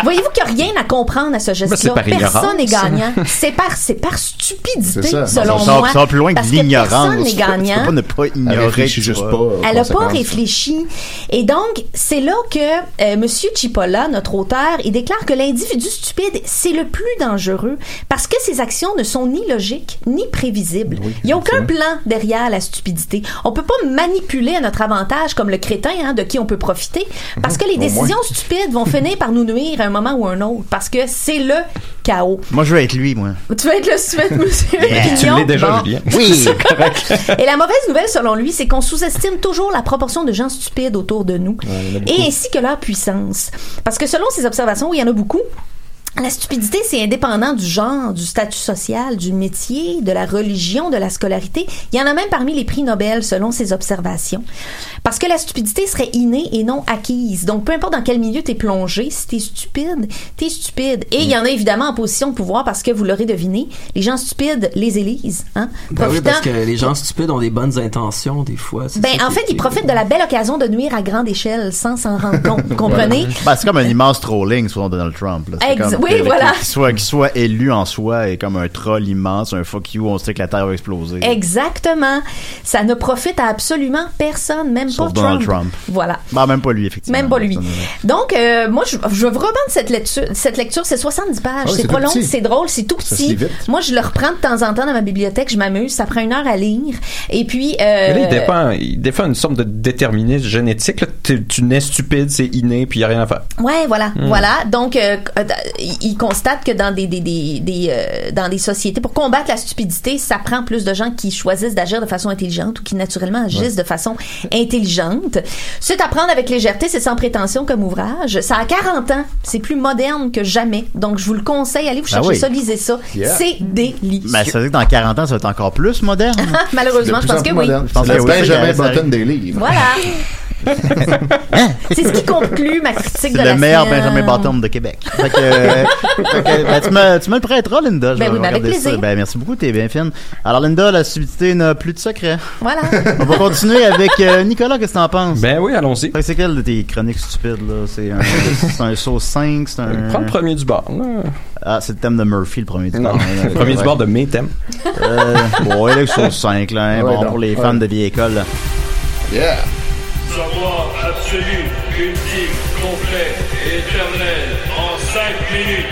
E: Voyez-vous qu'il n'y a rien à comprendre à ce geste-là.
B: Ben, c'est par
E: personne n'est
B: ignorance.
E: gagnant. C'est par, c'est par stupidité,
B: C'est ça.
E: selon
B: Ça va-
E: moi.
B: ça va plus loin que
E: parce
B: l'ignorance.
E: Personne n'est
B: Tu peux- tu
E: gagnant.
B: peux pas ne pas ignorer
C: Elle réfléchit
B: que tu
C: juste
B: vas-
C: pas aux
E: Elle n'a pas
C: conséquences.
E: réfléchi. Et donc, c'est là que euh, Monsieur Cipolla, notre auteur, il déclare que l'individu stupide, c'est le plus dangereux parce que ses actions ne sont ni logiques ni prévisibles. il n'y a aucun plan derrière la stupidité. On peut pas manipuler à notre avantage comme le crétin hein, de qui on peut profiter parce que les
B: Mhm, Au
E: décisions
B: moins.
E: stupides vont finir par nous nuire à un moment ou un autre parce que c'est le chaos.
B: Moi, je veux être lui, moi.
E: Tu vas être le stupide,
C: <laughs>
E: <laughs> monsieur
B: Yeah.
E: Pignon. Bon. <laughs>
B: Oui.
E: Et la mauvaise nouvelle, selon lui, c'est qu'on sous-estime toujours la proportion de gens stupides autour de nous, <laughs> et ainsi que leur puissance. Parce que selon ses observations, où il y en a beaucoup. La stupidité, c'est indépendant du genre, du statut social, du métier, de la religion, de la scolarité. Il y en a même parmi les prix Nobel, selon ses observations. Parce que la stupidité serait innée et non acquise. Donc, peu importe dans quel milieu t'es plongé, si t'es stupide, t'es stupide. Et il y en a évidemment en position de pouvoir parce que vous l'aurez deviné, les gens stupides les élisent, hein.
F: Ben oui,
E: Profitant-
F: parce que les gens stupides ont des bonnes intentions, des fois. c'est
E: ben,
F: ça
E: en
F: qui-
E: fait, ils profitent de la belle occasion de nuire à grande échelle sans
B: <laughs>
E: s'en rendre compte. Vous comprenez?
B: Ben, c'est comme un immense trolling selon Donald Trump. là. C'est
E: Ex-
B: comme
E: oui,
B: que- que-
E: voilà.
B: Qu'il soit, qu'il soit élu en soi est comme un troll immense, un fuck you, on sait que la Terre va exploser.
E: Exactement. Ça ne profite à absolument personne, même
B: Sauf
E: pas
B: Donald
E: Trump.
B: Trump.
E: Voilà.
B: Ben, même pas lui, effectivement.
E: Même pas lui. Donc, euh, moi, je, je vous recommande cette lecture. Cette lecture, c'est 70
B: Ah
E: pages.
B: oui,
E: c'est
B: c'est
E: pas
B: tout
E: long,
B: petit.
E: c'est drôle, c'est tout
B: Ça se
E: petit.
B: lit vite.
E: Moi, je le reprends de temps en temps dans ma bibliothèque, je m'amuse. Ça prend une heure à lire. Et puis. euh,
I: Mais là, il défend, il défend une sorte de déterminisme génétique. là. Tu, tu nais stupide, c'est inné, puis il n'y a rien à faire.
E: Ouais, voilà,
I: Hmm.
E: voilà. Donc, euh, euh, il, il constate que dans des, des, des, des, euh, dans des sociétés, pour combattre la stupidité, ça prend plus de gens qui choisissent d'agir de façon intelligente ou qui naturellement agissent
N: Ouais.
E: de façon intelligente. C'est à prendre avec légèreté, c'est sans prétention comme ouvrage. Ça a 40 ans, c'est plus moderne que jamais. Donc je vous le conseille, allez vous
B: Ah
E: chercher
B: oui.
E: ça, lisez ça.
B: Yeah.
E: C'est délicieux.
B: Ben,
E: <laughs>
B: ça veut dire que dans 40 ans, ça va être encore plus moderne.
E: Malheureusement, je pense que oui.
B: Je pense
C: Le
B: que oui.
C: Benjamin
B: ça arrive.
C: Button des
B: <laughs>
C: livres.
E: Voilà. c'est ce qui conclut ma critique
B: C'est
E: de la
B: le meilleur
E: semaine.
B: Benjamin Bottom de
E: <laughs>
B: Québec. Fait que, euh, fait que, ben, tu, me, tu me le prêteras, Linda. Je
E: Ben
B: vais
E: oui, ben avec
B: regarder ça.
E: plaisir.
B: Ben, merci beaucoup, t'es bien fine. Alors, Linda, la subtilité n'a plus de secret.
E: Voilà.
B: <laughs> On va continuer avec euh, Nicolas, qu'est-ce que t'en penses? Ben oui, allons-y. C'est quelle de tes chroniques stupides, là? C'est un, c'est un saut 5, c'est un...
I: Prends le premier du bord. là.
B: Ah, c'est le thème de Murphy, le premier du
I: Non,
B: bord.
I: <laughs> le premier du bord de mes thèmes.
B: Euh, bon, il est sur 5, là. hein,
I: Ouais,
B: bon,
I: donc,
B: pour les
I: ouais.
B: fans de vieille école, là.
C: Yeah.
G: Savoir absolu, ultime, complet, éternel, en 5 minutes.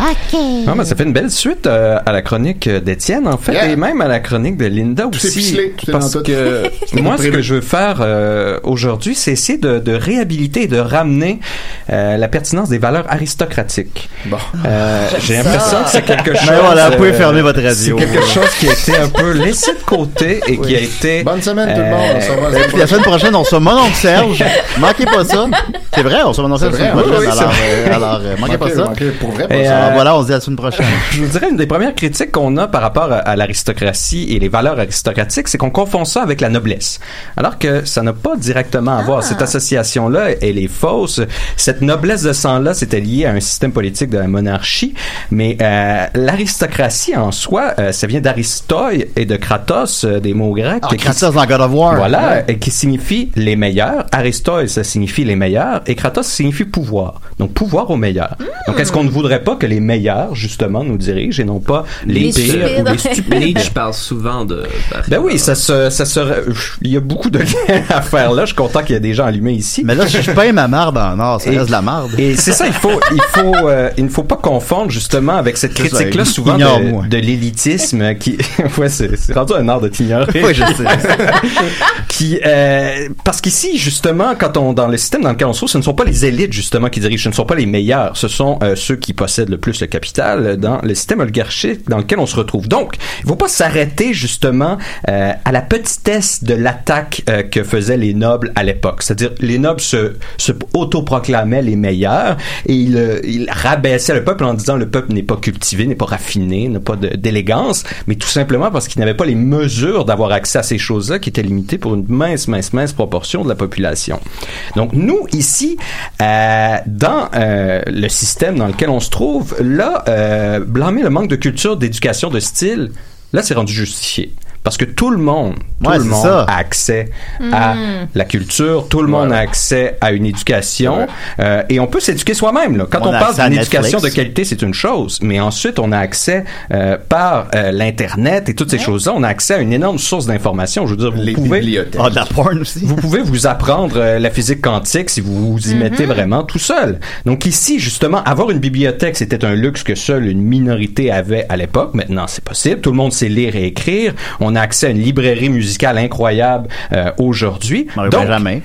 E: OK.
I: Ah, ben, ça fait une belle suite euh, à la chronique euh, d'Étienne, en fait,
C: Yeah.
I: et même à la chronique de Linda
C: C'est
I: aussi.
C: ficelé, c'est
I: parce
C: dans tout.
B: <laughs>
I: que
C: C'était
I: moi,
C: pas
I: ce que
C: prévu.
I: je veux faire euh, aujourd'hui, c'est essayer de, de réhabiliter, de ramener euh, la pertinence des valeurs aristocratiques. Bon.
B: Ah, J'aime
I: J'ai
B: ça.
I: l'impression que c'est quelque
B: Ben
I: chose. euh,
B: voilà, vous pouvez fermer votre radio.
I: C'est quelque chose qui a été un peu laissé de côté et qui a été. euh, Bonne semaine,
B: tout le monde. On se revoit la semaine Puis la semaine prochaine, on se revoit mon oncle Serge. Manquez pas ça. C'est vrai, on se revoit mon oncle Serge
I: C'est
B: la semaine prochaine.
I: vrai, oui, oui,
B: alors,
I: c'est vrai.
B: euh, alors, euh, manquez pas
I: Manquez-
B: ça.
I: manquez pour vrai pas
B: Et,
I: ça.
B: euh, voilà, on se dit à la semaine prochaine.
I: <laughs> Je vous dirais, une des premières critiques qu'on a par rapport à- à l'aristocratie et les valeurs aristocratiques, c'est qu'on confond ça avec la noblesse. Alors que ça n'a pas directement à voir. Cette association-là, elle est fausse. Cette noblesse de sang-là, c'était lié à un système politique de la monarchie. Mais euh, l'aristocratie en soi, euh, ça vient d'Aristoi et de Kratos, euh, des mots grecs.
B: Ah,
I: qui-
B: Kratos dans God of War.
I: Voilà,
B: Ouais.
I: euh, qui signifie les meilleurs. Aristote, ça signifie les meilleurs. Et Kratos signifie pouvoir. Donc, pouvoir aux meilleurs. Donc, est-ce qu'on ne voudrait pas que les meilleurs, justement, nous dirigent et non pas les, pires ou <laughs> les stupides?
F: Nietzsche parle souvent de.
I: Ben oui, ça se, ça se, re- il y a beaucoup de <laughs> liens à faire là. Je suis content qu'il y ait des gens allumés ici.
B: Mais là, si je peins ma marde en or, ça
I: Et-
B: reste de la marde.
I: Et c'est ça, il faut, il faut, euh, il ne faut pas confondre justement avec cette
B: C'est ça,
I: critique-là souvent
B: ignore-moi.
I: de, de l'élitisme qui, <laughs> ouais, c'est c'est rendu un art de t'ignorer.
B: Oui, je sais.
I: <laughs> qui, euh, parce qu'ici justement, quand on dans le système dans lequel on se trouve, ce ne sont pas les élites justement qui dirigent, ce ne sont pas les meilleurs, ce sont euh, ceux qui possèdent le plus le capital euh, dans le système oligarchique dans lequel on se retrouve. Donc, il ne faut pas s'arrêter justement euh, à la petitesse de l'attaque euh, que faisaient les nobles à l'époque. C'est-à-dire, les nobles se, se autoproclamaient les meilleurs et ils, euh, ils rabaissaient le peuple en disant le peuple n'est pas cultivé, n'est pas raffiné, n'a pas de- d'élégance, mais tout simplement parce qu'ils n'avaient pas les mesures d'avoir accès à ces choses-là qui étaient limitées pour une mince, mince, mince proportion de la population. Donc, nous, ici, euh, dans euh, le système dans lequel on se trouve, là, euh, blâmer le manque de culture, d'éducation, de style, là, c'est rendu justifié. Parce que tout le monde, tout
B: Ouais,
I: le
B: c'est
I: monde
B: ça.
I: a accès à
B: Mm.
I: la culture, tout le monde a accès à une éducation euh, et on peut s'éduquer soi-même. là. Quand
B: On
I: on,
B: a
I: parle
B: accès à
I: d'une éducation de
B: Netflix.
I: qualité, c'est une chose, mais ensuite on a accès euh, par euh, l'internet et toutes ces choses-là, on a accès à une énorme source d'informations. Je veux dire, vous pouvez
B: Ah, de la porn aussi.
I: vous pouvez vous apprendre euh, la physique quantique si vous vous y mettez vraiment tout seul. Donc ici, justement, avoir une bibliothèque, c'était un luxe que seule une minorité avait à l'époque. Maintenant, c'est possible. Tout le monde sait lire et écrire. On a accès à une librairie musicale incroyable euh, aujourd'hui. Donc,
B: Benjamin.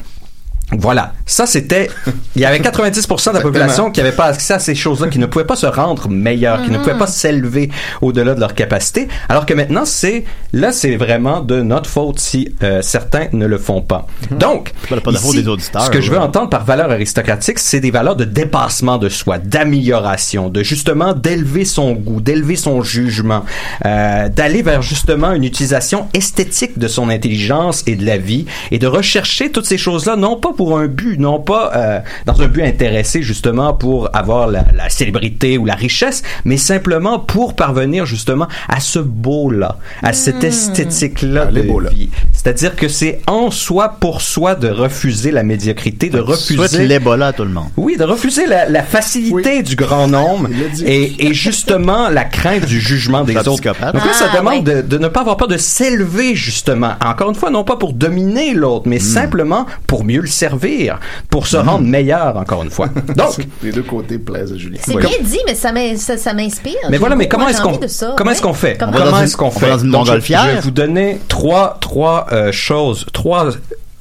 I: Voilà, ça c'était. Il y avait 90% de la population qui n'avait pas accès à ces choses-là, qui ne pouvaient pas se rendre meilleurs, qui ne pouvaient
B: Mhm.
I: pas s'élever au-delà de leur capacité. Alors que maintenant, c'est là, c'est vraiment de notre faute si euh, certains ne le font pas. Donc,
B: Mhm. pas de la faute
I: ici,
B: des auditeurs,
I: ce que je veux
B: ouais.
I: entendre par valeur aristocratique, c'est des valeurs de dépassement de soi, d'amélioration, de justement d'élever son goût, d'élever son jugement, euh, d'aller vers justement une utilisation esthétique de son intelligence et de la vie, et de rechercher toutes ces choses-là, non pas pour un but, non pas euh, dans un but intéressé justement pour avoir la, la célébrité ou la richesse, mais simplement pour parvenir justement à ce beau-là, à cette esthétique-là de vie. C'est-à-dire que c'est en soi pour soi de refuser la médiocrité, de
B: Souhaite
I: refuser
B: l'Ebola à tout le monde.
I: oui, de refuser la, la facilité du grand nombre et, et justement la crainte du jugement des
B: C'est un
I: autres. Donc
B: psychopathe.
I: là, ça demande de, de ne pas avoir peur de s'élever justement. Encore une fois, non pas pour dominer l'autre,
E: Hmm.
I: mais simplement pour mieux le servir, pour se rendre meilleur. Encore
E: <laughs>
I: une fois. Donc,
C: les deux côtés plaisent à Julien.
E: C'est bien dit, mais ça m'in- ça- ça m'inspire.
I: Mais
E: J'ai
I: voilà, mais
E: beaucoup-
I: comment
E: moi,
I: est-ce
E: j'ai
I: qu'on
E: envie de ça.
I: comment est-ce
E: Oui.
I: qu'on fait
E: Comme-
B: dans
I: Comment
B: une-
I: est-ce qu'on
B: on va
I: fait
B: dans une
I: Donc, je-
B: montgolfière.
I: Je vais vous donner trois trois euh, choses, trois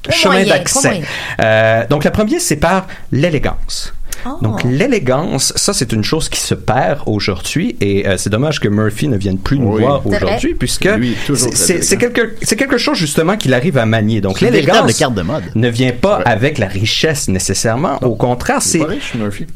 I: chemins
B: moyens, trois
I: d'accès.
B: moyens.
I: Euh, donc le premier c'est par l'élégance. Donc l'élégance, ça c'est une chose qui se perd aujourd'hui et euh, c'est dommage que Murphy ne vienne plus nous voir
D: C'est vrai.
I: aujourd'hui puisque
D: Lui, toujours
I: c'est-
D: très
I: c'est c'est quelque, c'est quelque chose justement qu'il arrive à manier. Donc
D: C'est une véritable
I: l'élégance
D: carte de
B: mode.
I: ne vient pas avec la richesse nécessairement. Au contraire, c'est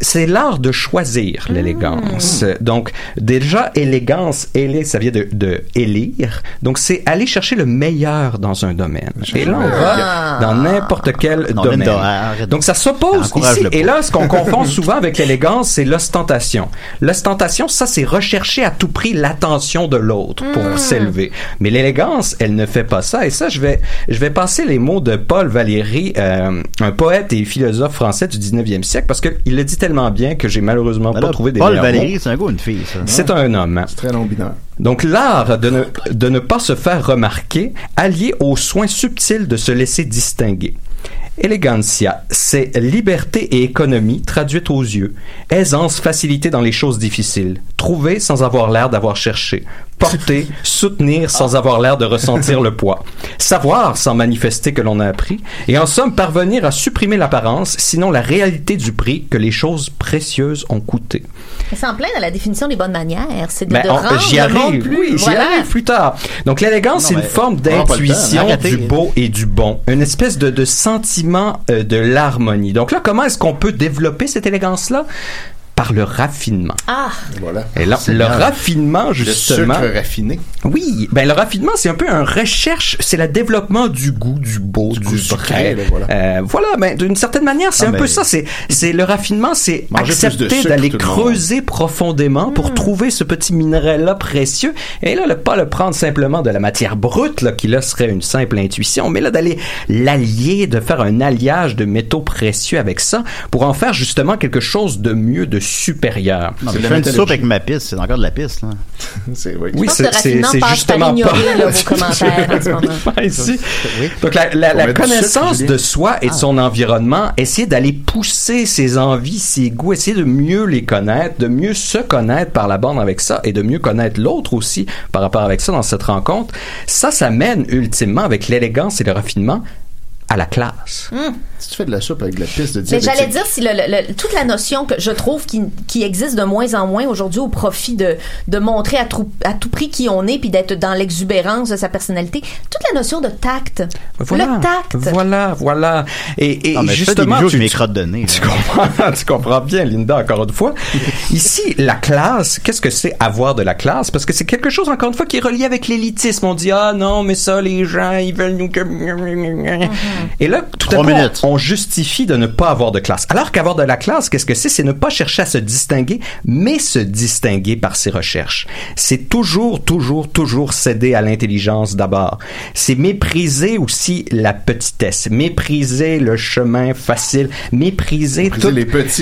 I: c'est l'art de
D: Mmh.
I: choisir l'élégance. Donc déjà élégance, élé, ça vient de, de élire. Donc c'est aller chercher le meilleur dans un domaine. Et là on
D: Ah.
I: va dans n'importe quel
D: Non,
I: domaine.
D: Linda,
I: Donc ça s'oppose
D: Encourage
I: ici.
D: le
I: Et
D: pas.
I: là, ce
D: <laughs>
I: qu'on confond souvent avec l'élégance, c'est l'ostentation. L'ostentation, ça, c'est rechercher à tout prix l'attention de l'autre pour s'élever. Mais l'élégance, elle ne fait pas ça. Et ça, je vais, je vais passer les mots de Paul Valéry, euh, un poète et philosophe français du 19e siècle, parce qu'il le dit tellement bien que j'ai malheureusement pas trouvé des
B: Ben Paul
I: meilleurs mots.
B: Valéry, c'est un gars ou une fille, ça? hein? non?
I: C'est un homme. C'est
C: Hein? très long binaire.
I: Donc l'art de ne, de ne pas se faire remarquer, allié au soin subtil de se laisser distinguer. Elegancia, c'est liberté et économie traduite aux yeux. Aisance, facilité dans les choses difficiles. Trouver sans avoir l'air d'avoir cherché. Porter, soutenir sans
C: Ah.
I: avoir l'air de ressentir le poids. Savoir sans manifester que l'on a appris. Et en somme, parvenir à supprimer l'apparence, sinon la réalité du prix que les choses précieuses ont coûté.
E: C'est en plein dans la définition des bonnes manières. C'est de,
I: Ben,
E: de
I: on-
E: rendre
I: j'y
E: le
I: arrive,
E: monde plus.
I: oui, j'y
E: voilà.
I: arrive plus tard. Donc l'élégance, c'est une forme
D: on aura pas le temps,
I: d'intuition
D: arrêtez.
I: du beau et du bon, une espèce de, de sentiment euh, de l'harmonie. Donc là, comment est-ce qu'on peut développer cette élégance-là Par le raffinement.
E: Ah!
C: Voilà.
I: Et là,
C: C'est
I: le
C: bien.
I: raffinement, justement.
C: Le sucre raffiné.
I: Oui, ben le raffinement, c'est un peu un recherche, c'est le développement du goût, du beau, du,
C: sucré,
I: vrai.
C: là, voilà.
I: Euh, voilà, ben d'une certaine manière, c'est
C: Ah,
I: un
C: mais-
I: peu ça. C'est, c'est le raffinement, c'est
C: Mangez plus de
I: accepter
C: sucre,
I: d'aller
C: tout le monde.
I: creuser profondément pour trouver ce petit minéral-là précieux. Et là, le pas le prendre simplement de la matière brute, là, qui là serait une simple intuition, mais là d'aller l'allier, de faire un alliage de métaux précieux avec ça pour en faire justement quelque chose de mieux, de supérieur.
B: Non, mais je fais une soupe avec ma piste, c'est encore de la piste. <laughs> Là.
C: oui,
I: Oui, c'est- c'est c'est justement pas. <laughs> Pas ici. Donc, la, la-
B: Faut
I: la
B: mettre du
I: connaissance
B: sucre, Julien.
I: de soi
E: Ah.
I: et de son environnement, essayer d'aller pousser ses envies, ses goûts, essayer de mieux les connaître, de mieux se connaître par la bande avec ça et de mieux connaître l'autre aussi par rapport avec ça dans cette rencontre, ça, ça mène ultimement avec l'élégance et le raffinement à la classe.
E: Hum.
C: Si tu fais de la soupe avec de la piste de
E: Mais
C: diabétique.
E: j'allais dire si le- le- le- toute la notion que je trouve qui, qui existe de moins en moins aujourd'hui au profit de, de montrer à, trou- à tout prix qui on est puis d'être dans l'exubérance de sa personnalité, toute la notion de tact. Le tact.
I: Voilà, voilà. Et, et
E: Non, mais je fais des
I: justement,
E: bijoux,
I: tu,
E: je
I: tu- tu comprends, <laughs> tu comprends bien, Linda, encore une fois. Ici, la classe, qu'est-ce que c'est avoir de la classe? Parce que c'est quelque chose, encore une fois, qui est relié avec l'élitisme. On dit, ah non, mais ça, les gens, ils veulent nous... que-
E: Mhm.
I: Et là, tout à coup, on on justifie de ne pas avoir de classe. Alors qu'avoir de la classe, qu'est-ce que c'est? C'est ne pas chercher à se distinguer, mais se distinguer par ses recherches. C'est toujours, toujours, toujours céder à l'intelligence d'abord. C'est mépriser aussi la petitesse, mépriser le chemin facile, mépriser, tout-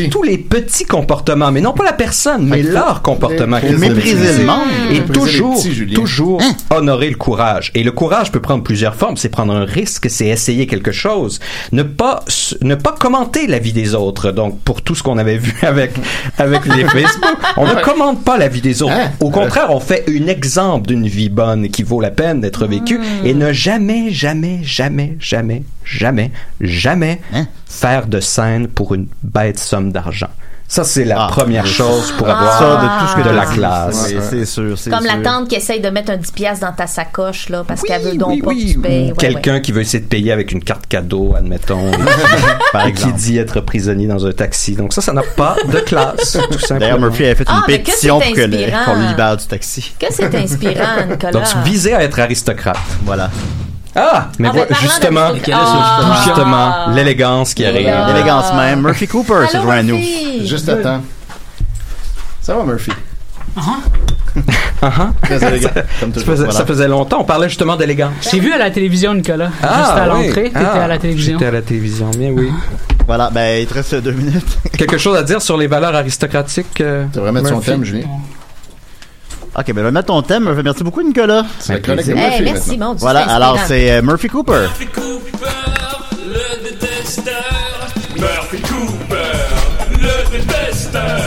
I: tous les petits comportements, mais non pas la personne, mais leur comportement.
B: faut
I: qu'ils ont
B: mépriser
I: utilisé.
B: le monde.
I: Et
B: Mépriser
I: toujours,
B: les petits, Julien.
I: toujours
E: Hein?
I: honorer le courage. Et le courage peut prendre plusieurs formes. C'est prendre un risque, c'est essayer quelque chose. Ne pas, s- ne pas commenter la vie des autres. Donc, pour tout ce qu'on avait vu <laughs> avec, avec
E: <laughs>
I: les Facebook, on ne commente pas la vie des autres.
E: Hein? Euh.
I: Au contraire, on fait un exemple d'une vie bonne qui vaut la peine
E: Ah.
I: d'être vécue et ne jamais, jamais, jamais, jamais, jamais, jamais
E: Hein?
I: faire de scène pour une bête somme d'argent. Ça, c'est
E: Ah.
I: la première chose pour avoir
B: Ça, de tout ce que
I: de
B: t'as
I: la
B: dit,
I: classe.
B: c'est- c'est sûr,
E: Comme la tante qui essaye de mettre un 10$ piastres dans ta sacoche là, parce qu'elle veut donc pas que tu payes. Ben, Ouais,
I: Quelqu'un qui veut essayer de payer avec une carte cadeau,
E: <laughs>
I: admettons, et qui, et qui dit être prisonnier dans un taxi. Donc ça, ça n'a pas de classe, tout simplement.
B: D'ailleurs, Murphy avait fait
E: Ah,
B: une
E: mais que
B: pétition
E: c'est
B: pour que le-
E: inspirant.
B: qu'on le libère du taxi.
E: ouais. Que c'est
I: <laughs>
E: inspirant, Nicolas.
I: Donc viser à être aristocrate.
B: Voilà.
I: Ah, mais
E: Ah,
I: voilà,
E: ben, parlant
I: justement,
E: d'aristocrate. Ah.
I: justement, l'élégance qui arrive.
E: Voilà. L'élégance même.
B: Murphy Cooper
E: Allô, Murphy?
C: Juste à temps. Ça va, Murphy?
I: Ah, ah.
C: Très
I: <laughs>
C: élégant,
I: Ça
C: comme toujours.
I: faisait-
C: Voilà.
I: Ça faisait longtemps, on parlait justement d'élégance.
N: J'ai vu à la télévision, Nicolas. Juste à
I: oui.
N: l'entrée, t'étais
I: Ah,
N: à la télévision.
I: J'étais à la télévision, bien oui.
B: Voilà, ben, il te reste deux minutes.
I: Quelque chose à dire sur les valeurs aristocratiques euh,
B: devrais mettre son
I: Murphy?
B: thème, Julien. Ok, ben, on va mettre ton thème. Murphy. Merci beaucoup, Nicolas.
C: C'est la chronique de Hey, Murphy, Eh, merci, maintenant. mon Dieu,
B: Voilà,
C: c'est
B: alors,
C: inspirant.
B: c'est euh, Murphy Cooper.
G: Le détesteur, Murphy Cooper, le détesteur.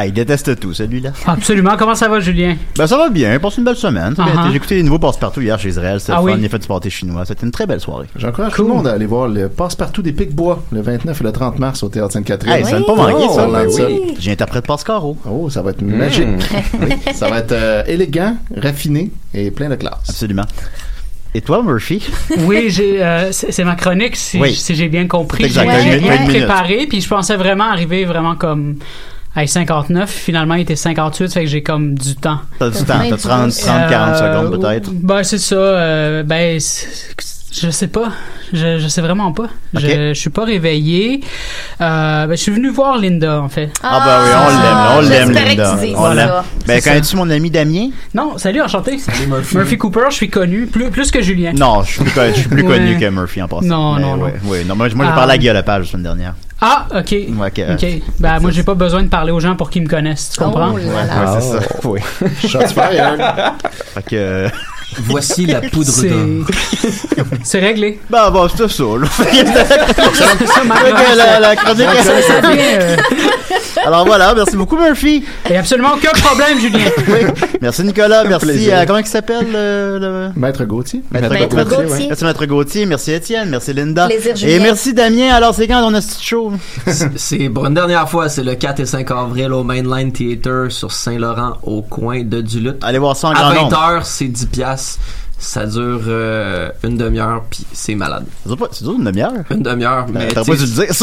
B: Ah, il déteste tout, celui-là.
N: Absolument. Comment ça va, Julien?
B: Ben, ça va bien. Passe une belle semaine.
C: Ah,
B: Ça a bien
N: Uh-huh.
B: été. J'ai écouté les nouveaux passe-partout hier chez Israël. C'était
N: Ah
B: le fun.
N: oui?
B: Il a fait du pâté chinois. C'était une très belle soirée.
C: J'encourage tout le monde à aller voir le Passe-Partout des Pics-Bois le 29 et le 30 mars au Théâtre Sainte-Catherine.
B: Hey, ça ne pas manquer, ça.
C: Ah Oh, ben oui.
B: J'interprète Pascaro.
C: Oh, ça va
B: Hmm.
C: être magique. <laughs> Oui, ça va être euh, élégant, raffiné et plein de classe.
B: Absolument. Et toi, Murphy?
N: Oui, j'ai, euh, c'est c'est ma chronique, si,
B: Oui.
N: si j'ai bien compris.
B: Exact,
N: J'ai-
B: t'as une
N: J'ai
B: minute,
N: bien
B: une minute.
N: préparé, puis je pensais vraiment arriver vraiment comme à 59. Finalement, il était 58, fait que j'ai comme du temps.
B: T'as du temps. T'as 30, 30, 40
N: Euh,
B: secondes, peut-être.
N: Ben, c'est ça. euh, ben, c'est- je sais pas. Je, je sais vraiment pas. Je, je suis pas réveillé. Euh, ben, je suis venu voir Linda, en fait.
B: Ah, ben oui, on l'aime, on l'aime, Linda. On l'aime. Ben,
N: C'est ça.
B: connais-tu mon ami Damien?
N: Non, salut, enchanté. Murphy Cooper, je suis connu, plus, plus que Julien.
B: Non, je suis plus, con- je suis plus
N: Ouais.
B: connu que Murphy en passant.
N: Non, non, non.
B: ouais, ouais. non. Moi, moi, j'ai parlé
N: Ah.
B: à Guy Lepage la semaine dernière.
N: Ah, ok.
B: Ouais, que-
N: Ok. Ben, moi, j'ai pas besoin de parler aux gens pour qu'ils me connaissent. Tu comprends?
B: Ouais, ouais, c'est ça. Oui.
C: Shots fired.
B: Fait que. euh,
F: Voici la poudre
N: C'est-
F: d'or.
N: C'est réglé.
B: Bah, bah, c'est ça,
N: <laughs>
B: là.
N: ça, ma-
B: Fait que la- la chronique-
N: Ça- ça- ça vient, euh,
B: Alors voilà, merci beaucoup, Murphy.
N: Et absolument aucun problème, Julien.
B: Merci, Nicolas. Merci
C: plaisir.
B: à. Comment il s'appelle euh, le.
C: Maître Gauthier.
B: Maître,
C: Maître
B: Gauthier.
C: Gauthier, ouais.
B: Merci Maître Gauthier, merci Étienne, merci Linda.
E: Plaisir,
B: et
E: Julien.
B: merci Damien. Alors c'est quand on a ce show?
F: C'est- C'est pour une dernière fois, c'est le 4 et 5 avril au Mainline Theater sur Saint-Laurent au coin de Duluth.
B: Allez voir ça en grand
F: À
B: nombre.
F: 20h, c'est 10 piastres. Ça dure euh, une demi-heure, puis c'est malade.
B: C'est dur une demi-heure? Ben,
F: Une demi-heure, mais...
B: t'aurais
F: tu
B: pas
F: sais,
B: dû le dire, ça.